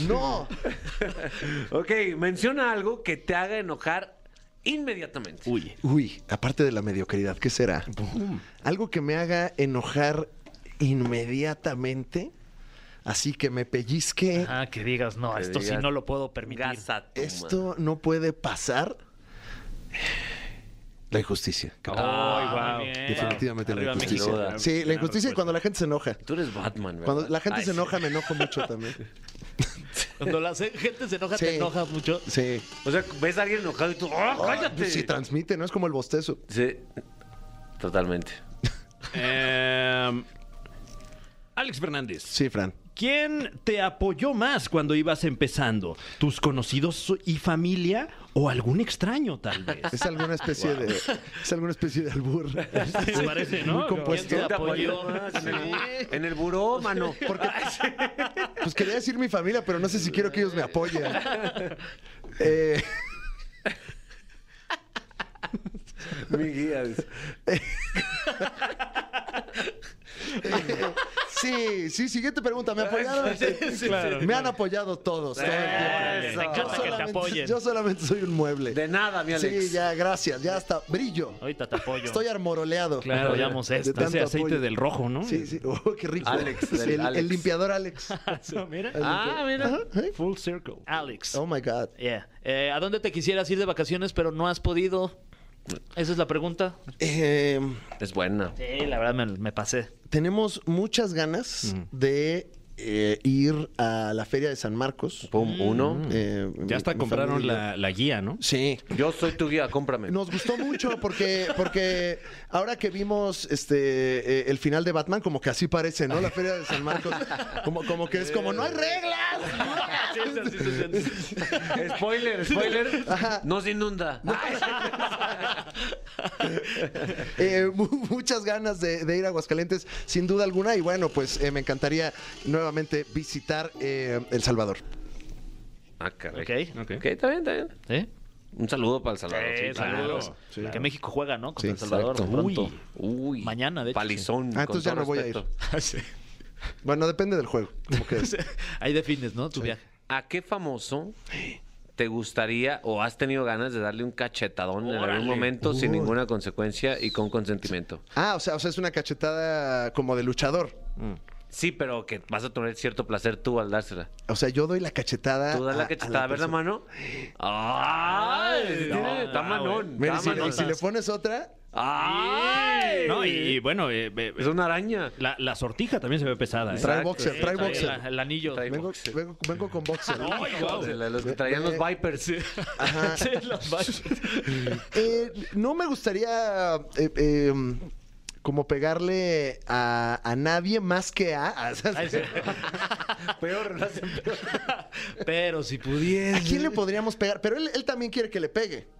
Speaker 7: no.
Speaker 2: Ok, menciona algo que te haga enojar inmediatamente.
Speaker 3: Uy.
Speaker 7: Uy, aparte de la mediocridad, ¿qué será? Algo que me haga enojar inmediatamente, así que me pellizque.
Speaker 4: Ah, que digas, no,
Speaker 2: Que
Speaker 4: esto
Speaker 2: digas,
Speaker 4: sí no lo puedo permitir.
Speaker 2: Gasa tu
Speaker 7: Esto no puede pasar. La injusticia.
Speaker 4: Ay, wow.
Speaker 7: Definitivamente la
Speaker 4: Arriba
Speaker 7: injusticia.
Speaker 2: Ah, México.
Speaker 7: Sí, la injusticia y cuando la gente se enoja.
Speaker 2: madre. Tú eres Batman, ¿verdad?
Speaker 7: Cuando la gente
Speaker 2: Ay,
Speaker 7: se
Speaker 2: sí.
Speaker 7: enoja, me enojo mucho también.
Speaker 4: Cuando la se- gente se enoja,
Speaker 7: Sí.
Speaker 4: te enojas mucho.
Speaker 7: Sí.
Speaker 2: O sea, ves a alguien enojado y tú, ¡ah, cállate!
Speaker 7: Sí, transmite, ¿no? Es como el bostezo.
Speaker 2: Sí, totalmente.
Speaker 3: Em, Alex Fernández.
Speaker 7: Sí, Fran.
Speaker 3: ¿Quién te apoyó más cuando ibas empezando? ¿Tus conocidos y familia o algún extraño tal vez?
Speaker 7: Es alguna especie de. Es alguna especie de albur.
Speaker 3: Me parece, ¿no?
Speaker 7: Muy compuesto.
Speaker 4: Te
Speaker 2: Te
Speaker 4: apoyó.
Speaker 2: apoyó más en el, en el buró, mano. Porque
Speaker 7: Pues quería decir mi familia, pero no sé si quiero que ellos me apoyen. Eh,
Speaker 2: mi guía es-
Speaker 7: sí, sí, siguiente pregunta. ¿Me apoyaron? Me han apoyado todos. todo el
Speaker 3: Eh,
Speaker 7: tiempo.
Speaker 4: Me encanta que te
Speaker 7: solamente-
Speaker 4: apoyen.
Speaker 7: yo solamente soy un mueble.
Speaker 2: De nada, mi Alex.
Speaker 7: Sí, ya, gracias. Ya hasta brillo.
Speaker 4: Ahorita te apoyo.
Speaker 7: Estoy armoroleado.
Speaker 4: Claro, veamos
Speaker 7: De
Speaker 4: esto.
Speaker 7: tanto
Speaker 3: Ese aceite
Speaker 7: apoyo.
Speaker 3: del rojo, ¿no?
Speaker 7: Sí, sí. Oh, qué rico.
Speaker 2: Alex, del
Speaker 7: Sí, el, el
Speaker 2: Alex.
Speaker 7: limpiador Alex.
Speaker 3: Mira.
Speaker 2: Ah, mira.
Speaker 3: Full circle.
Speaker 4: Alex.
Speaker 7: Oh my God.
Speaker 4: Yeah. Eh, ¿A dónde te quisieras ir de vacaciones pero no has podido? Esa es la pregunta.
Speaker 7: Eh,
Speaker 2: Es buena.
Speaker 4: Sí, la verdad me, me pasé.
Speaker 7: tenemos muchas ganas
Speaker 3: Mm.
Speaker 7: de eh, ir a la Feria de San Marcos.
Speaker 2: Pum, uno.
Speaker 7: Eh, mi-
Speaker 3: Mm. Ya hasta
Speaker 7: mi
Speaker 3: compraron
Speaker 7: familia.
Speaker 3: la, la guía, ¿no?
Speaker 7: Sí.
Speaker 2: Yo soy tu guía, cómprame.
Speaker 7: Nos gustó mucho porque, porque ahora que vimos este eh, el final de Batman, como que así parece, ¿no? La Feria de San Marcos. Como, como que es como, no hay reglas.
Speaker 2: Spoiler, spoiler.
Speaker 7: Ajá.
Speaker 2: Nos inunda.
Speaker 7: Eh, mu- muchas ganas de, de ir a Aguascalientes, sin duda alguna. Y bueno, pues eh, me encantaría nuevamente visitar eh, El Salvador.
Speaker 2: Mm, Ah, caray.
Speaker 4: Ok.
Speaker 3: Ok.
Speaker 2: Ok, está bien, está bien.
Speaker 4: ¿Eh?
Speaker 2: Un saludo para El Salvador.
Speaker 4: Eh,
Speaker 2: sí,
Speaker 4: saludos.
Speaker 2: claro.
Speaker 4: Que México juega, ¿no? Contra
Speaker 7: Sí,
Speaker 4: El Salvador.
Speaker 7: exacto.
Speaker 4: pronto.
Speaker 2: Uy, uy.
Speaker 4: Mañana, de hecho,
Speaker 2: Palizón.
Speaker 7: Ah, entonces ya no voy a ir. Bueno, depende del juego. como que-
Speaker 4: Ahí defines, ¿no? Tu viaje.
Speaker 2: ¿A qué famoso te gustaría o has tenido ganas de darle un cachetadón en algún momento sin ninguna consecuencia y con consentimiento?
Speaker 7: Ah, o sea, o sea, es una cachetada como de luchador.
Speaker 2: Sí, pero que vas a tener cierto placer tú al dársela.
Speaker 7: O sea, yo doy la cachetada.
Speaker 2: Tú das
Speaker 7: a-
Speaker 2: la
Speaker 7: a
Speaker 2: cachetada, Ah, a ver la
Speaker 7: persona.
Speaker 2: mano. ¡Ay! tiene- ¿eh? Está manón.
Speaker 7: Mira, y
Speaker 2: está
Speaker 7: si, le- y
Speaker 2: manón.
Speaker 7: si le pones otra,
Speaker 2: ¡Ay!
Speaker 3: No, y, y bueno, eh, eh,
Speaker 2: Es una araña.
Speaker 3: la, la sortija también se ve pesada. ¿eh?
Speaker 7: trae
Speaker 2: Exacto.
Speaker 7: boxer,
Speaker 2: Sí,
Speaker 7: trae
Speaker 4: Trae
Speaker 7: boxer.
Speaker 4: la- el anillo.
Speaker 2: Trae-
Speaker 7: Vengo,
Speaker 2: boxer.
Speaker 7: vengo- vengo con boxer.
Speaker 4: Ay, wow.
Speaker 2: De la- los que traían los Vipers.
Speaker 7: Ajá.
Speaker 4: Sí, los baches.
Speaker 7: Eh, no me gustaría eh, eh, como pegarle a, a nadie más que a. a-
Speaker 4: Ay, sí.
Speaker 2: Ah, Peor, lo hacen peor.
Speaker 4: Pero si pudiese.
Speaker 7: ¿A quién le podríamos pegar? Pero él, él también quiere que le pegue.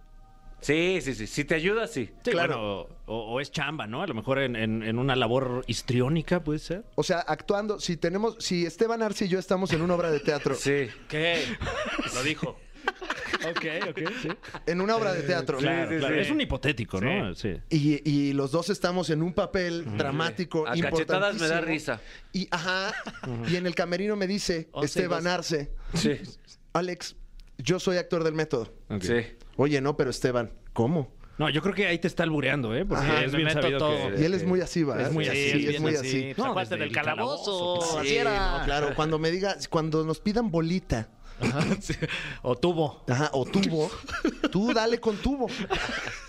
Speaker 2: Sí, sí, sí. Si te ayuda, sí.
Speaker 3: Sí,
Speaker 7: claro.
Speaker 3: bueno, o, o es chamba, ¿no? A lo mejor en, en- en una labor histriónica puede ser.
Speaker 7: O sea, actuando, si tenemos, si Esteban Arce y yo estamos en una obra de teatro,
Speaker 2: Sí.
Speaker 4: ¿Qué? Lo dijo.
Speaker 3: Ok, ok, sí.
Speaker 7: en una obra de teatro,
Speaker 3: Claro,
Speaker 2: sí,
Speaker 3: claro.
Speaker 2: sí.
Speaker 3: Es un hipotético, ¿no? Sí.
Speaker 7: Y, y los dos estamos en un papel dramático,
Speaker 2: A cachetadas me da
Speaker 7: importantísimo.
Speaker 2: risa. Oh,
Speaker 7: Y ajá, y en el camerino me dice
Speaker 4: Once y
Speaker 7: Esteban
Speaker 4: dos.
Speaker 7: Arce,
Speaker 2: Sí.
Speaker 7: Alex, yo soy actor del método.
Speaker 3: Ok.
Speaker 2: Sí.
Speaker 7: Oye, no, pero Esteban, ¿cómo?
Speaker 3: No, yo creo que ahí te está albureando, ¿eh? Porque
Speaker 7: Ajá.
Speaker 3: es
Speaker 4: Me
Speaker 3: bien
Speaker 4: meto
Speaker 3: sabido
Speaker 4: todo.
Speaker 3: que...
Speaker 7: Y él es muy así, ¿va?
Speaker 3: Es muy
Speaker 7: Sí,
Speaker 3: así,
Speaker 7: es, muy así. Ah.
Speaker 4: No,
Speaker 3: No,
Speaker 4: Acuérdate
Speaker 3: desde
Speaker 4: del
Speaker 3: el
Speaker 4: calabozo.
Speaker 3: calabozo,
Speaker 4: así
Speaker 7: Sí,
Speaker 4: era.
Speaker 7: no, claro, cuando me diga, cuando nos pidan bolita,
Speaker 4: Ajá, sí. O tuvo.
Speaker 7: ajá, o tubo, tú dale con tubo.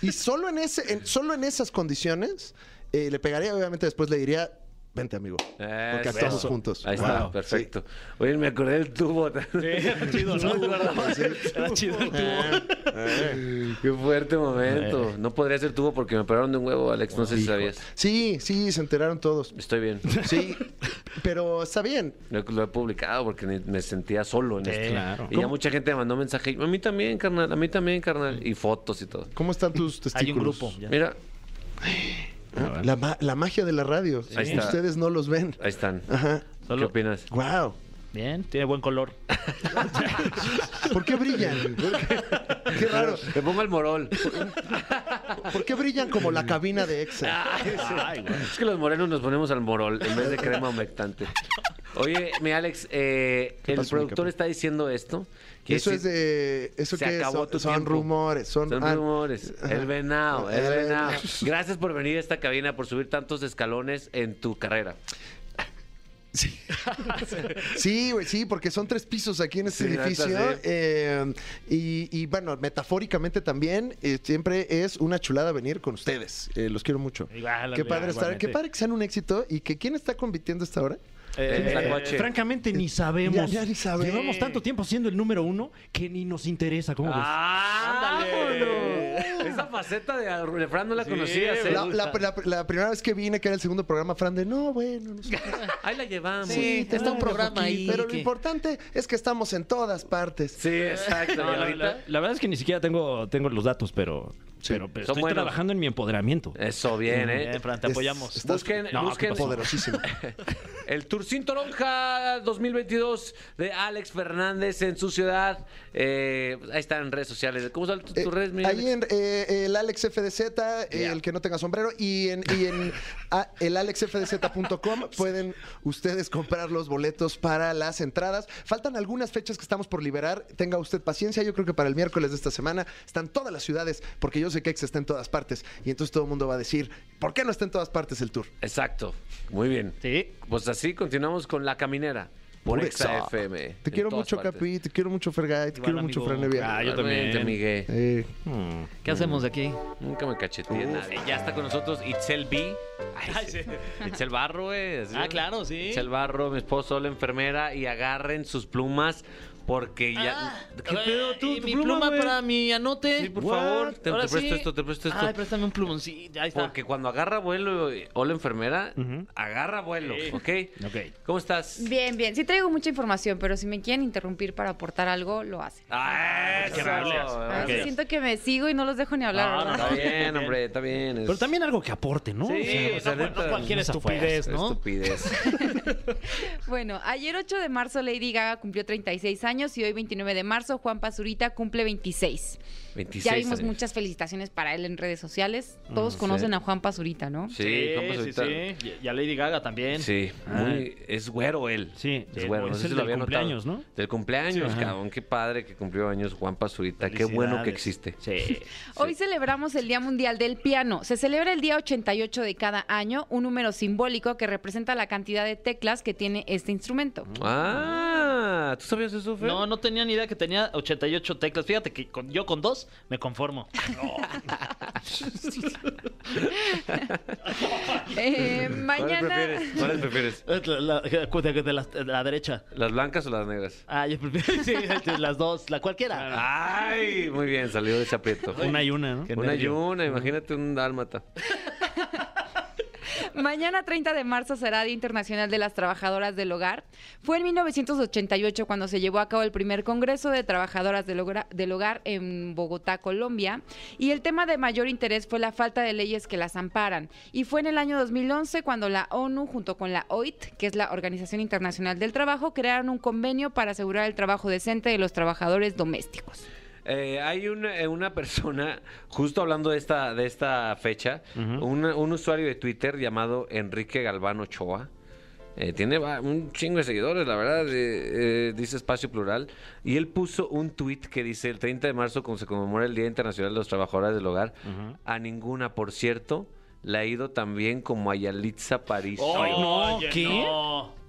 Speaker 7: Y solo en ese, en- solo en esas condiciones, eh, le pegaría, obviamente después le diría, vente amigo,
Speaker 2: Eh,
Speaker 7: porque
Speaker 2: Eso.
Speaker 7: actuamos juntos.
Speaker 2: Ahí está,
Speaker 7: Wow.
Speaker 2: perfecto. Oye, me acordé del tubo.
Speaker 4: chido, ¿no?
Speaker 2: Era
Speaker 4: chido el
Speaker 7: Eh,
Speaker 2: tubo. Qué fuerte momento. No podría ser tubo porque me operaron de un huevo, Alex. No sé si sabías.
Speaker 7: Sí, sí, se enteraron todos.
Speaker 2: Estoy bien.
Speaker 7: Sí, Pero está bien.
Speaker 2: Lo, lo he publicado porque ni- me sentía solo en esto.
Speaker 3: claro.
Speaker 2: Y ya mucha gente me mandó mensaje. A mí también, carnal. A mí también, carnal. Y fotos y todo.
Speaker 7: ¿Cómo están tus testículos?
Speaker 4: Hay un grupo. ya.
Speaker 2: Mira,
Speaker 7: Ah, La, ma- la magia de la radio.
Speaker 2: Ahí está.
Speaker 7: Ustedes no los ven.
Speaker 2: ahí están.
Speaker 7: Ajá.
Speaker 2: ¿Qué
Speaker 4: Solo-
Speaker 2: opinas?
Speaker 7: Wow.
Speaker 4: Bien, tiene buen color.
Speaker 7: ¿Por qué brillan? Qué raro.
Speaker 2: Le pongo el morol.
Speaker 7: ¿Por qué brillan como la cabina de
Speaker 2: Ah,
Speaker 7: Exa?
Speaker 2: Es que los morenos nos ponemos al morol en vez de crema humectante. Oye, mi Alex, eh, el
Speaker 7: pasó, mi
Speaker 2: productor
Speaker 7: capi?
Speaker 2: está diciendo esto. que
Speaker 7: Eso
Speaker 2: si-
Speaker 7: es de. Eso
Speaker 2: se
Speaker 7: que
Speaker 2: acabó
Speaker 7: son,
Speaker 2: tu
Speaker 7: son
Speaker 2: tiempo.
Speaker 7: rumores. Son,
Speaker 2: Son
Speaker 7: ah,
Speaker 2: rumores. El venado, el
Speaker 7: El
Speaker 2: venado.
Speaker 7: venado.
Speaker 2: Gracias por venir a esta cabina, por subir tantos escalones en tu carrera.
Speaker 7: Sí, güey, sí, porque son tres pisos aquí en este
Speaker 2: Sí, la neta,
Speaker 7: edificio.
Speaker 2: sí.
Speaker 7: eh, y, y, bueno, metafóricamente también, eh, siempre es una chulada venir con ustedes. Eh, los quiero mucho.
Speaker 4: Igual,
Speaker 7: qué padre estar,
Speaker 4: igualmente.
Speaker 7: qué padre que sean un éxito y que quién está compitiendo hasta ahora.
Speaker 2: El
Speaker 3: Eh,
Speaker 2: tlacuache.
Speaker 3: francamente, ni sabemos.
Speaker 7: Ya- ya ni sabemos.
Speaker 3: Llevamos tanto tiempo siendo el número uno que ni nos interesa. ¿Cómo ves?
Speaker 2: ¡Ah!
Speaker 4: Pues, Ándale.
Speaker 2: vámonos! Esa faceta de, de Fran no la
Speaker 4: Sí,
Speaker 2: conocías. ¿eh?
Speaker 7: La, la- la- la primera vez que vine, que era el segundo programa, Fran, de no, bueno, no sé.
Speaker 2: Ahí la llevamos.
Speaker 7: Sí,
Speaker 4: está un programa ahí
Speaker 7: Pero
Speaker 4: que-
Speaker 7: lo importante es que estamos en todas partes.
Speaker 2: Sí, exacto.
Speaker 4: No,
Speaker 2: y
Speaker 4: la-
Speaker 2: ahorita
Speaker 3: La verdad es que ni siquiera tengo, tengo los datos, pero, pero, pero
Speaker 2: son
Speaker 3: estoy
Speaker 2: buenos.
Speaker 3: trabajando en mi empoderamiento.
Speaker 2: Eso, bien, ¿eh?
Speaker 4: Bien, Fran, te
Speaker 7: Es-
Speaker 4: apoyamos.
Speaker 7: estás
Speaker 2: Busquen,
Speaker 3: No, ¿qué
Speaker 2: busquen
Speaker 3: pasó?
Speaker 7: Poderosísimo.
Speaker 2: el Turcín Toronja 2022 de Alex Fernández en su ciudad. Eh, ahí están en redes sociales. ¿Cómo están tus
Speaker 7: Eh,
Speaker 2: tus redes, mi
Speaker 7: ahí
Speaker 2: Alex?
Speaker 7: en eh, el Alex FDZ, eh,
Speaker 2: Yeah.
Speaker 7: el que no tenga sombrero, y en, y en a- el alexfdz.com pueden ustedes comprar los boletos para las entradas. Faltan algunas fechas que estamos por liberar. Tenga usted paciencia. Yo creo que para el miércoles de esta semana están todas las ciudades, porque yo sé que Ex está en todas partes. Y entonces todo el mundo va a decir, ¿por qué no está en todas partes el tour?
Speaker 2: Exacto. Muy bien.
Speaker 4: Sí.
Speaker 2: Pues así continuamos con La Caminera por
Speaker 7: Puro
Speaker 2: Exa
Speaker 7: Exa.
Speaker 2: FM.
Speaker 7: Te quiero mucho, Capi. Te quiero mucho, Fergay. Te
Speaker 4: Igual,
Speaker 7: quiero mucho,
Speaker 4: amigo.
Speaker 7: Fran Evia.
Speaker 3: Ah,
Speaker 2: Ah,
Speaker 3: yo
Speaker 2: yo también.
Speaker 3: también.
Speaker 2: Miguel.
Speaker 7: Eh,
Speaker 4: ¿Qué hacemos de aquí?
Speaker 2: Nunca me cacheteé nadie. Ya está con nosotros Itzel B. Ay, sí. Itzel Barro, güey.
Speaker 4: Ah, claro, sí.
Speaker 2: Itzel Barro, mi esposo, la enfermera. Y agarren sus plumas porque ya... ¿Qué pedo tú?
Speaker 4: Ah, eh, ¿Y
Speaker 2: tu
Speaker 4: mi pluma
Speaker 2: güey?
Speaker 4: para mi anote.
Speaker 2: Sí, por
Speaker 4: What?
Speaker 2: favor, te- te
Speaker 4: Ahora
Speaker 2: presto esto, te presto esto.
Speaker 4: Ay, préstame un plumoncito. Ahí está.
Speaker 2: Porque cuando agarra vuelo eh, o la enfermera,
Speaker 3: Ujú.
Speaker 2: agarra vuelo,
Speaker 4: Sí.
Speaker 2: ¿ok?
Speaker 3: Ok.
Speaker 2: ¿Cómo estás?
Speaker 9: Bien, bien. Sí traigo mucha información, pero si me quieren interrumpir para aportar algo, lo hacen.
Speaker 2: ¡Ah, eso!
Speaker 3: Qué amables.
Speaker 9: A
Speaker 2: Ah,
Speaker 9: veces
Speaker 3: ok.
Speaker 9: siento que me sigo y no los dejo ni hablar.
Speaker 4: No,
Speaker 9: ¿verdad?
Speaker 2: Está bien, hombre, está bien. es-
Speaker 3: Pero también algo que aporte, ¿no?
Speaker 2: Sí,
Speaker 3: O sea,
Speaker 4: Sí,
Speaker 2: o sea,
Speaker 4: no,
Speaker 2: neta,
Speaker 4: no cualquier
Speaker 3: no se fue.
Speaker 4: estupidez, ¿no?
Speaker 2: Estupidez.
Speaker 9: Bueno, ayer 8 de marzo Lady Gaga cumplió 36 años y hoy 29 de marzo Juan Pazurita cumple 26.
Speaker 2: 26
Speaker 9: ya vimos
Speaker 2: años. Mm,
Speaker 9: muchas felicitaciones para él en redes sociales. Todos
Speaker 2: sí.
Speaker 9: conocen a Juan Pazurita, ¿no?
Speaker 2: Sí, ¿cómo
Speaker 4: sí,
Speaker 2: se ahorita?
Speaker 4: sí. Y- Y a Lady Gaga también.
Speaker 2: Sí, muy- es güero él.
Speaker 3: Sí,
Speaker 2: es güero.
Speaker 3: es
Speaker 2: no sé
Speaker 3: el
Speaker 2: si lo
Speaker 3: del
Speaker 2: había notado.
Speaker 3: cumpleaños, ¿no?
Speaker 2: Del cumpleaños,
Speaker 3: Sí, ajá.
Speaker 2: cabrón. Qué padre que cumplió años Juan Pazurita. Qué bueno que existe.
Speaker 4: Sí.
Speaker 9: Hoy celebramos el Día Mundial del Piano. Se celebra el día 88 de cada año, un número simbólico que representa la cantidad de teclas que tiene este instrumento.
Speaker 2: Mm. Ah, ¿tú sabías eso, Fer?
Speaker 4: No, no tenía ni idea que tenía 88 teclas. Fíjate que con- yo con dos me conformo.
Speaker 9: Eh,
Speaker 2: ¿Cuáles
Speaker 9: mañana.
Speaker 2: prefieres? ¿Cuáles prefieres?
Speaker 4: La, la- de, de la, de la derecha.
Speaker 2: ¿Las blancas o las negras?
Speaker 4: Ah, yo prefiero sí, de las dos, la
Speaker 2: Ah,
Speaker 4: cualquiera.
Speaker 3: Ah.
Speaker 2: Ay, muy bien, salió de ese aprieto.
Speaker 3: Una y una, ¿no?
Speaker 2: Una y una, imagínate un dálmata.
Speaker 9: Mañana 30 de marzo será Día Internacional de las Trabajadoras del Hogar. Fue en 1988 cuando se llevó a cabo el primer Congreso de Trabajadoras del, Hogra- del Hogar en Bogotá, Colombia. Y el tema de mayor interés fue la falta de leyes que las amparan. Y fue en el año 2011 cuando la ONU junto con la OIT, que es la Organización Internacional del Trabajo, crearon un convenio para asegurar el trabajo decente de los trabajadores domésticos.
Speaker 2: Eh, hay una, eh, una persona, justo hablando de esta, de esta fecha, una- un usuario de Twitter llamado Enrique Galván Ochoa. eh, tiene va- un chingo de seguidores, la verdad, eh, eh, dice espacio plural. Y él puso un tweet que dice, el 30 de marzo, como se conmemora el Día Internacional de los Trabajadores del Hogar, a ninguna, por cierto, la ha ido tan bien como a Yalitza París.
Speaker 3: Ay, ¡Oh, no, ¿qué?
Speaker 4: no.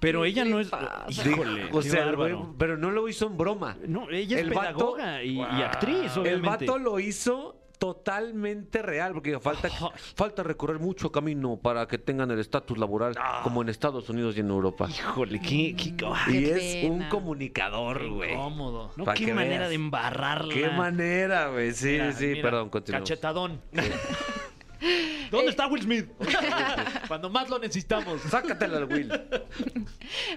Speaker 3: Pero ella no es.
Speaker 2: Sí,
Speaker 3: Híjole.
Speaker 2: o
Speaker 3: qué
Speaker 2: sea, el güey-
Speaker 3: bárbaro.
Speaker 2: pero no lo hizo en broma.
Speaker 3: No, ella es
Speaker 2: el vato-
Speaker 3: pedagoga y, y actriz, obviamente.
Speaker 2: El vato lo hizo totalmente real, porque falta, falta recorrer mucho camino para que tengan el estatus laboral
Speaker 3: Ah.
Speaker 2: como en Estados Unidos y en Europa.
Speaker 3: Híjole, qué. qué... ay,
Speaker 2: Y
Speaker 9: Qué
Speaker 2: es un
Speaker 9: pena.
Speaker 2: comunicador, güey.
Speaker 4: Cómodo.
Speaker 3: no,
Speaker 2: pa'
Speaker 3: qué
Speaker 2: que
Speaker 3: manera
Speaker 2: veas.
Speaker 3: de embarrarla.
Speaker 2: Qué manera, güey. Sí,
Speaker 4: Mira,
Speaker 2: sí,
Speaker 4: mira,
Speaker 2: perdón, continúa.
Speaker 4: Cachetadón. ¿Dónde está Will Smith? Eh, Cuando más lo necesitamos.
Speaker 2: Sácatela al Will.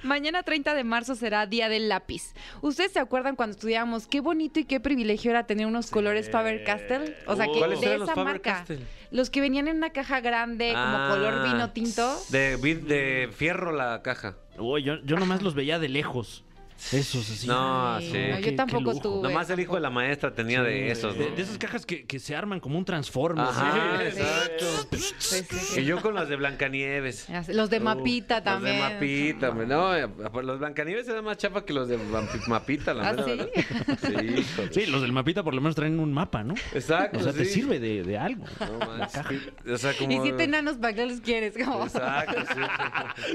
Speaker 9: Mañana 30 de marzo será Día del Lápiz. ¿Ustedes se acuerdan cuando estudiábamos qué bonito y qué privilegio era tener unos colores Faber-Castell? O sea, que
Speaker 2: Uh, ¿Cuáles
Speaker 9: de
Speaker 2: eran los
Speaker 9: esa marca.
Speaker 2: Faber-Castell?
Speaker 9: Los que venían en una caja grande,
Speaker 2: Ah,
Speaker 9: como color vino tinto.
Speaker 2: De, vid- de fierro la caja.
Speaker 3: Uy, yo, yo nomás los veía de lejos. Esos así.
Speaker 2: No,
Speaker 9: Ay,
Speaker 2: sí.
Speaker 9: no,
Speaker 3: Qué-
Speaker 9: yo
Speaker 3: qué
Speaker 9: tampoco
Speaker 3: lujo.
Speaker 9: tuve.
Speaker 2: Nomás el hijo de la maestra tenía de esos,
Speaker 3: Mm. De,
Speaker 2: ¿no?
Speaker 3: de esas cajas que, que se arman como un ¿eh? transformer.
Speaker 2: Ajá,
Speaker 3: ¿sí?
Speaker 2: exacto.
Speaker 9: Sí, sí, sí.
Speaker 2: Y yo con las de Blancanieves.
Speaker 9: Los de Mapita
Speaker 2: Uh, Los de
Speaker 9: también.
Speaker 2: Mapita, hombre, no, eh, los Blancanieves eran más chapa que los de Vamp- Mapita, la
Speaker 9: ¿Ah,
Speaker 2: mera
Speaker 9: sí?
Speaker 2: verdad. Sí, híjole.
Speaker 3: Sí, los del mapita por lo menos traen un mapa, ¿no?
Speaker 2: Exacto,
Speaker 3: O sea, te
Speaker 2: sí.
Speaker 3: sirve de, de algo.
Speaker 2: No manches, sí, O sea, como...
Speaker 9: Y siete enanos, ¿para qué los quieres? Como-
Speaker 2: Exacto,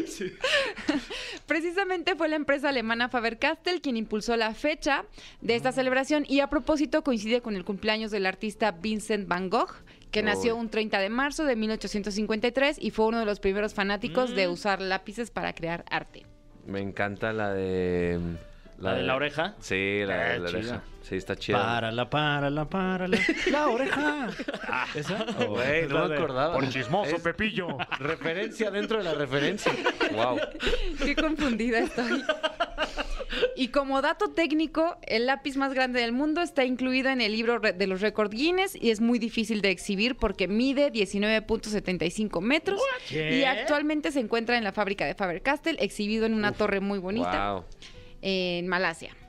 Speaker 2: sí.
Speaker 9: Precisamente fue la empresa alemana Faber-Castell quien impulsó la fecha de esta celebración y a propósito coincide con el cumpleaños del artista Vincent Van Gogh, que
Speaker 2: Uy.
Speaker 9: nació un 30 de marzo de 1853 y fue uno de los primeros fanáticos de usar lápices para crear arte.
Speaker 2: Me encanta la de...
Speaker 4: ¿La de la oreja?
Speaker 2: Sí, la de
Speaker 4: Ah,
Speaker 2: la
Speaker 4: chida.
Speaker 2: oreja. Sí, está chida.
Speaker 3: Párala, párala, párala. La oreja. ¿Esa? O-
Speaker 2: Güey, no me acordaba.
Speaker 10: Por chismoso,
Speaker 2: Es
Speaker 10: Pepillo.
Speaker 2: Referencia dentro de la referencia. Wow.
Speaker 9: Qué confundida estoy. Y como dato técnico, el lápiz más grande del mundo está incluido en el libro re- de los récords Guinness y es muy difícil de exhibir porque mide 19.75 metros y actualmente se encuentra en la fábrica de Faber-Castell exhibido en una torre muy bonita
Speaker 2: Wow.
Speaker 9: en Malasia.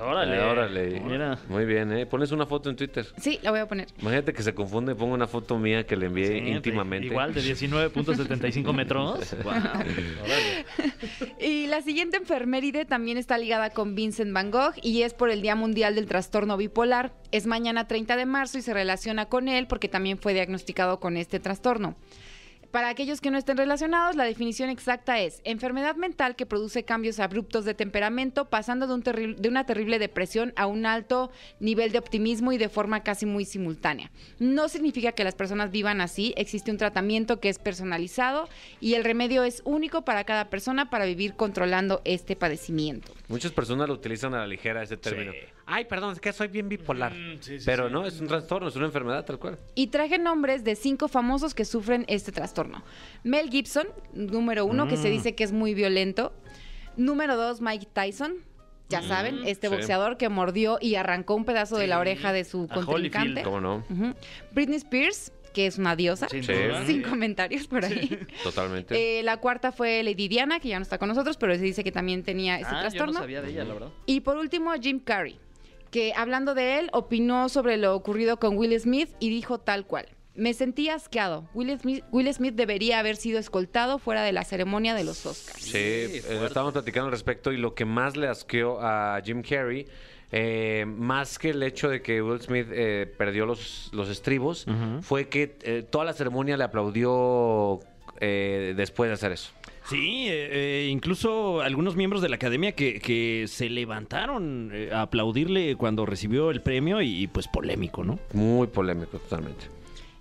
Speaker 4: Órale.
Speaker 2: Órale.
Speaker 4: Mira.
Speaker 2: Muy bien, ¿eh? Pones una foto en Twitter.
Speaker 9: Sí, la voy a poner.
Speaker 2: Imagínate que se confunde y pongo una foto mía que le envié
Speaker 4: Sí,
Speaker 2: íntimamente.
Speaker 4: Igual de 19.75 metros.
Speaker 9: Y la siguiente enfermeride también está ligada con Vincent Van Gogh y es por el Día Mundial del Trastorno Bipolar. Es mañana 30 de marzo y se relaciona con él porque también fue diagnosticado con este trastorno. Para aquellos que no estén relacionados, la definición exacta es enfermedad mental que produce cambios abruptos de temperamento, pasando de, un terri- de una terrible depresión a un alto nivel de optimismo y de forma casi muy simultánea. No significa que las personas vivan así, existe un tratamiento que es personalizado y el remedio es único para cada persona para vivir controlando este padecimiento.
Speaker 2: Muchas personas lo utilizan a la ligera ese término. Ay, perdón, es que soy bien bipolar.
Speaker 4: Mm,
Speaker 2: Pero no, es un trastorno, es una enfermedad tal cual.
Speaker 9: Y traje nombres de cinco famosos que sufren este trastorno. Mel Gibson, número uno, que se
Speaker 4: Mm.
Speaker 9: dice que es muy violento. Número dos, Mike Tyson.
Speaker 4: Mm,
Speaker 9: Ya saben, este
Speaker 2: sí.
Speaker 9: boxeador que mordió y arrancó un pedazo de la oreja de su
Speaker 4: A
Speaker 9: contrincante.
Speaker 4: Holyfield,
Speaker 2: ¿Cómo no?
Speaker 9: Ujú. Britney Spears, que es una diosa.
Speaker 4: Sin
Speaker 2: Sí.
Speaker 4: duda.
Speaker 9: Sin comentarios por ahí.
Speaker 2: Totalmente.
Speaker 9: Eh, la cuarta fue Lady Diana, que ya no está con nosotros, pero se dice que también tenía este
Speaker 4: Ah, yo
Speaker 9: trastorno.
Speaker 4: no sabía de ella, la verdad.
Speaker 9: Y por último, Jim Carrey, que hablando de él, opinó sobre lo ocurrido con Will Smith y dijo tal cual. Me sentí asqueado. Will Smith, Will Smith debería haber sido escoltado fuera de la ceremonia de los Oscars.
Speaker 2: Sí, eh, estábamos platicando al respecto y lo que más le asqueó a Jim Carrey, eh, más que el hecho de que Will Smith eh, perdió los, los estribos, fue que eh, toda la ceremonia le aplaudió eh, después de hacer eso.
Speaker 3: Sí, eh, eh, incluso algunos miembros de la academia que, que se levantaron eh, a aplaudirle cuando recibió el premio y pues polémico, ¿no?
Speaker 2: Muy polémico, totalmente.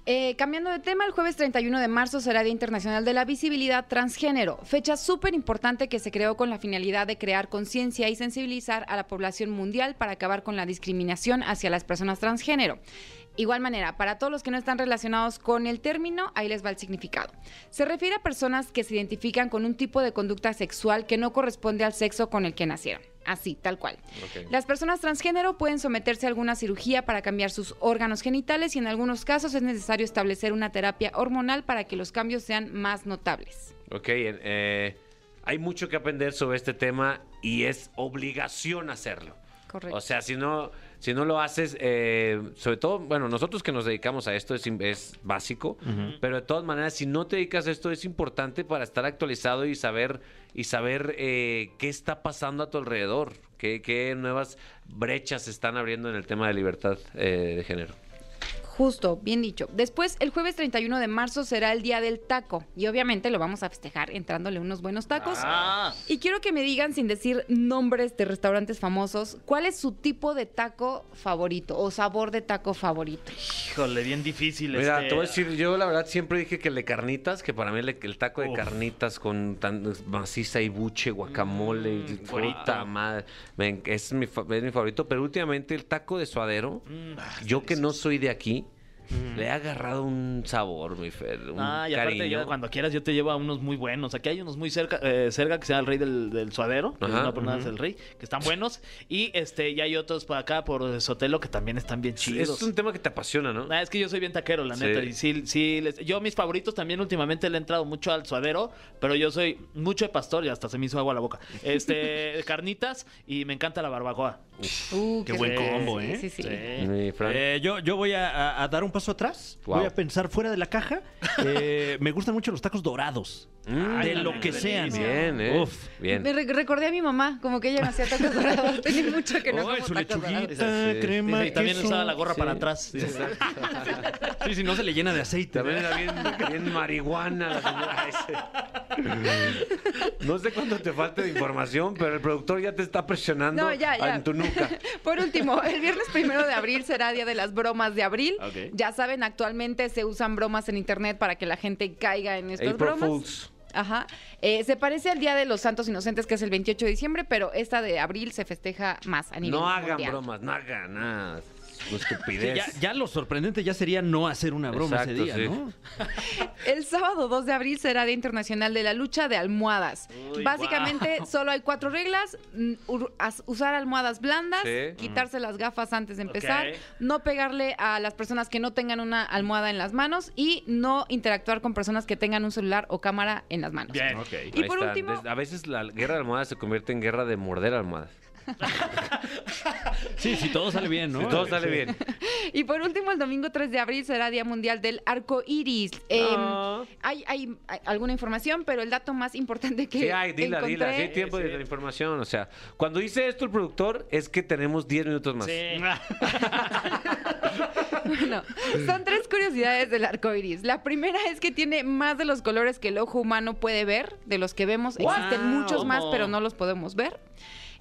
Speaker 9: Eh, cambiando de tema, el jueves 31 de marzo será Día Internacional de la Visibilidad Transgénero, fecha súper importante que se creó con la finalidad de crear conciencia y sensibilizar a la población mundial para acabar con la discriminación hacia las personas transgénero. Igual manera, para todos los que no están relacionados con el término, ahí les va el significado. Se refiere a personas que se identifican con un tipo de conducta sexual que no corresponde al sexo con el que nacieron. Así, tal cual. Las personas transgénero pueden someterse a alguna cirugía para cambiar sus órganos genitales y en algunos casos es necesario establecer una terapia hormonal para que los cambios sean más notables.
Speaker 2: Ok, en- eh, hay mucho que aprender sobre este tema y es obligación hacerlo.
Speaker 9: Correcto.
Speaker 2: O sea, si no, si no lo haces, eh, sobre todo, bueno, nosotros que nos dedicamos a esto es, im- es básico, pero de todas maneras, si no te dedicas a esto es importante para estar actualizado y saber y saber eh, qué está pasando a tu alrededor, qué, qué nuevas brechas se están abriendo en el tema de libertad eh, de género.
Speaker 9: Justo, bien dicho. Después, el jueves 31 de marzo será el Día del Taco y obviamente lo vamos a festejar entrándole unos buenos tacos.
Speaker 4: Ah,
Speaker 9: Y quiero que me digan, sin decir nombres de restaurantes famosos, ¿cuál es su tipo de taco favorito o sabor de taco favorito?
Speaker 4: híjole, bien difícil.
Speaker 2: Mira,
Speaker 4: este-
Speaker 2: te voy a decir, yo la verdad siempre dije que el de carnitas, que para mí el, el taco de
Speaker 4: Uf.
Speaker 2: carnitas con tan, maciza y buche, guacamole,
Speaker 4: Mm,
Speaker 2: y fruta, madre, me en- es, mi, fa- es mi favorito, pero últimamente el taco de suadero,
Speaker 4: Mm, ah,
Speaker 2: yo que no soy de aquí, le ha agarrado un sabor, mi Fer. Un
Speaker 4: Ah, y aparte,
Speaker 2: cariño.
Speaker 4: yo, cuando quieras, yo te llevo a unos muy buenos. Aquí hay unos muy cerca, eh, cerca que se llama el Rey del, del Suadero, que
Speaker 2: Ajá,
Speaker 4: no por nada es el Rey, que están buenos. Y este y hay otros para acá, por Sotelo, que también están bien
Speaker 2: Sí,
Speaker 4: chidos.
Speaker 2: Es un tema que te apasiona, ¿no?
Speaker 4: Ah, es que yo soy bien taquero, la neta.
Speaker 2: Sí.
Speaker 4: Y sí, sí, les- yo mis favoritos también últimamente le he entrado mucho al suadero, pero yo soy mucho de pastor y hasta se me hizo agua la boca. Este, carnitas y me encanta la barbacoa.
Speaker 9: Uh,
Speaker 3: Qué buen
Speaker 9: rico.
Speaker 3: combo,
Speaker 9: Sí,
Speaker 3: ¿eh?
Speaker 9: Sí, sí.
Speaker 2: Mi Fran.
Speaker 3: Eh, yo, yo voy a, a- a dar un paso atrás.
Speaker 2: Wow.
Speaker 3: Voy a pensar fuera de la caja. Eh, me gustan mucho los tacos dorados.
Speaker 2: Mm,
Speaker 3: de lo que sean.
Speaker 2: Bien, ¿eh?
Speaker 3: Uf.
Speaker 2: Bien.
Speaker 9: Me re- recordé a mi mamá, como que ella no hacía tacos dorados. Tenía mucho que no
Speaker 2: Oh.
Speaker 3: Ay,
Speaker 9: como
Speaker 3: su
Speaker 9: tacos dorados.
Speaker 3: lechuguita,
Speaker 2: Sí.
Speaker 3: crema,
Speaker 4: Dice, y también
Speaker 3: queso.
Speaker 4: usaba la gorra
Speaker 2: sí.
Speaker 4: para atrás. Dice,
Speaker 3: Sí, si no se le llena de aceite.
Speaker 2: También
Speaker 3: ¿verdad?
Speaker 2: era bien, bien marihuana la señora ese. No sé cuánto te falta de información, pero el productor ya te está presionando
Speaker 9: No, ya, ya.
Speaker 2: en tu nuca.
Speaker 9: Por último, el viernes primero de abril será Día de las Bromas de Abril.
Speaker 3: Ok.
Speaker 9: Ya saben, actualmente se usan bromas en internet para que la gente caiga en estas
Speaker 2: April
Speaker 9: bromas.
Speaker 2: Fools.
Speaker 9: Ajá. Eh, se parece al Día de los Santos Inocentes, que es el 28 de diciembre, pero esta de abril se festeja más a nivel
Speaker 2: No hagan
Speaker 9: mundial.
Speaker 2: bromas, no hagan nada. Es una
Speaker 3: Sí,
Speaker 2: estupidez.
Speaker 3: ya, ya lo sorprendente ya sería no hacer una broma ese
Speaker 2: Exacto,
Speaker 3: día,
Speaker 2: sí.
Speaker 3: ¿no?
Speaker 9: El sábado 2 de abril será Día Internacional de la Lucha de Almohadas.
Speaker 4: Uy,
Speaker 9: Básicamente, solo hay cuatro reglas: mm, ur- as- usar almohadas blandas,
Speaker 2: Sí.
Speaker 9: quitarse las gafas antes de empezar,
Speaker 4: Ok.
Speaker 9: no pegarle a las personas que no tengan una almohada en las manos y no interactuar con personas que tengan un celular o cámara en las manos.
Speaker 4: Bien.
Speaker 9: Y
Speaker 2: Ahí
Speaker 9: por
Speaker 2: está.
Speaker 9: último,
Speaker 2: Des- A veces la guerra de almohadas se convierte en guerra de morder almohadas.
Speaker 3: Sí, si todo sale bien, ¿no?
Speaker 2: Si todo sale bien.
Speaker 9: Y por último, el domingo 3 de abril será Día Mundial del Arco Iris. Em,
Speaker 2: Ah.
Speaker 9: hay, hay- hay alguna información, pero el dato más importante que
Speaker 2: Sí, ay, dila,
Speaker 9: encontré...
Speaker 2: dila. Sí, hay tiempo de la información. O sea, cuando dice esto el productor, es que tenemos 10 minutos más.
Speaker 4: pues. Sí.
Speaker 9: Bueno, son tres curiosidades del arco iris. La primera es que tiene más de los colores que el ojo humano puede ver, de los que vemos.
Speaker 4: Wow.
Speaker 9: Existen muchos más,
Speaker 4: ¿Cómo?
Speaker 9: pero no los podemos ver.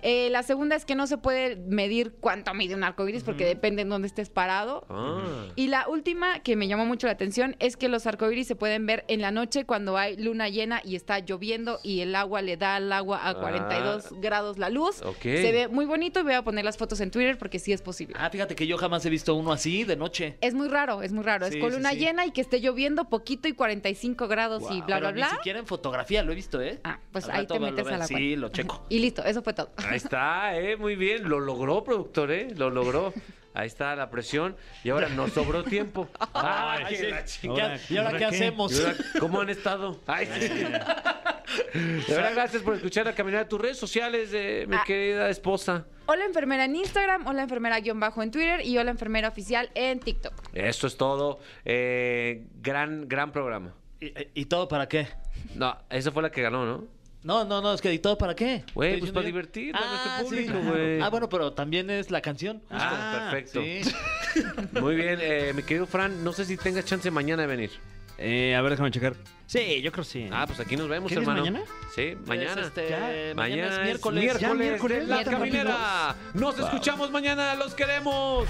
Speaker 9: Eh, la segunda es que no se puede medir cuánto mide un arco iris porque depende en dónde estés parado.
Speaker 2: Ah.
Speaker 9: Y la última que me llamó mucho la atención es que los arcoíris se pueden ver en la noche cuando hay luna llena y está lloviendo y el agua le da al agua a 42
Speaker 2: Ah.
Speaker 9: grados la luz.
Speaker 2: Ok.
Speaker 9: Se ve muy bonito y voy a poner las fotos en Twitter porque sí es posible.
Speaker 4: Ah, fíjate que yo jamás he visto uno así de noche.
Speaker 9: Es muy raro, es muy raro.
Speaker 4: Sí,
Speaker 9: es con
Speaker 4: sí,
Speaker 9: luna
Speaker 4: sí.
Speaker 9: llena y que esté lloviendo poquito y 45 grados y bla,
Speaker 4: Pero
Speaker 9: bla, bla.
Speaker 4: Ni siquiera en fotografía lo he visto, ¿eh?
Speaker 9: Ah, pues
Speaker 4: Al
Speaker 9: ahí
Speaker 4: rato
Speaker 9: te
Speaker 4: lo- lo
Speaker 9: metes
Speaker 4: ven.
Speaker 9: a la
Speaker 4: Sí,
Speaker 9: cuenta.
Speaker 4: lo checo.
Speaker 9: Y listo, eso fue todo.
Speaker 2: Ahí está, eh, muy bien. Lo logró, productor, eh. Lo logró. Ahí está la presión. Y ahora nos sobró tiempo. Ay,
Speaker 4: Ay,
Speaker 2: qué
Speaker 4: sí.
Speaker 2: la chi-
Speaker 4: ¿Qué-
Speaker 3: Ahora,
Speaker 4: ¿Y ahora qué
Speaker 3: ¿ahora qué?
Speaker 4: hacemos?
Speaker 2: Y ahora, ¿Cómo han estado? Ay, sí. De verdad, gracias por escuchar a caminar tus redes sociales, eh, mi
Speaker 9: Ah.
Speaker 2: querida esposa.
Speaker 9: Hola enfermera en Instagram, hola enfermera guión bajo en Twitter y hola enfermera oficial en TikTok.
Speaker 2: Esto es todo. Eh, gran, gran programa.
Speaker 4: ¿Y, y todo para qué?
Speaker 2: No, esa fue la que ganó, ¿no?
Speaker 4: No, no, no, es que ¿y todo para qué?
Speaker 2: Güey,
Speaker 4: Estoy
Speaker 2: pues
Speaker 4: diciendo
Speaker 2: para
Speaker 4: yo.
Speaker 2: divertir a nuestro
Speaker 4: sí,
Speaker 2: público,
Speaker 4: claro.
Speaker 2: güey.
Speaker 4: Ah, bueno, pero también es la canción. justo.
Speaker 2: Ah, perfecto.
Speaker 4: Sí.
Speaker 2: Muy bien, eh, mi querido Fran, no sé si tengas chance mañana de venir.
Speaker 3: Eh, a ver, déjame checar. Sí, yo creo que sí. ¿eh?
Speaker 2: Ah, pues aquí nos vemos,
Speaker 3: ¿Qué día es
Speaker 2: hermano.
Speaker 3: mañana?
Speaker 2: Sí, mañana.
Speaker 4: Es, este,
Speaker 3: Ya.
Speaker 4: mañana, es miércoles.
Speaker 2: miércoles,
Speaker 3: Ya miércoles,
Speaker 2: de la
Speaker 9: ya tan rápido.
Speaker 2: caminera. Nos escuchamos mañana, los queremos.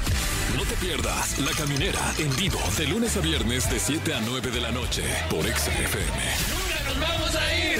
Speaker 1: No te pierdas La Caminera en vivo de lunes a viernes de 7 a 9 de la noche por Exa FM.
Speaker 2: Nos vamos a ir.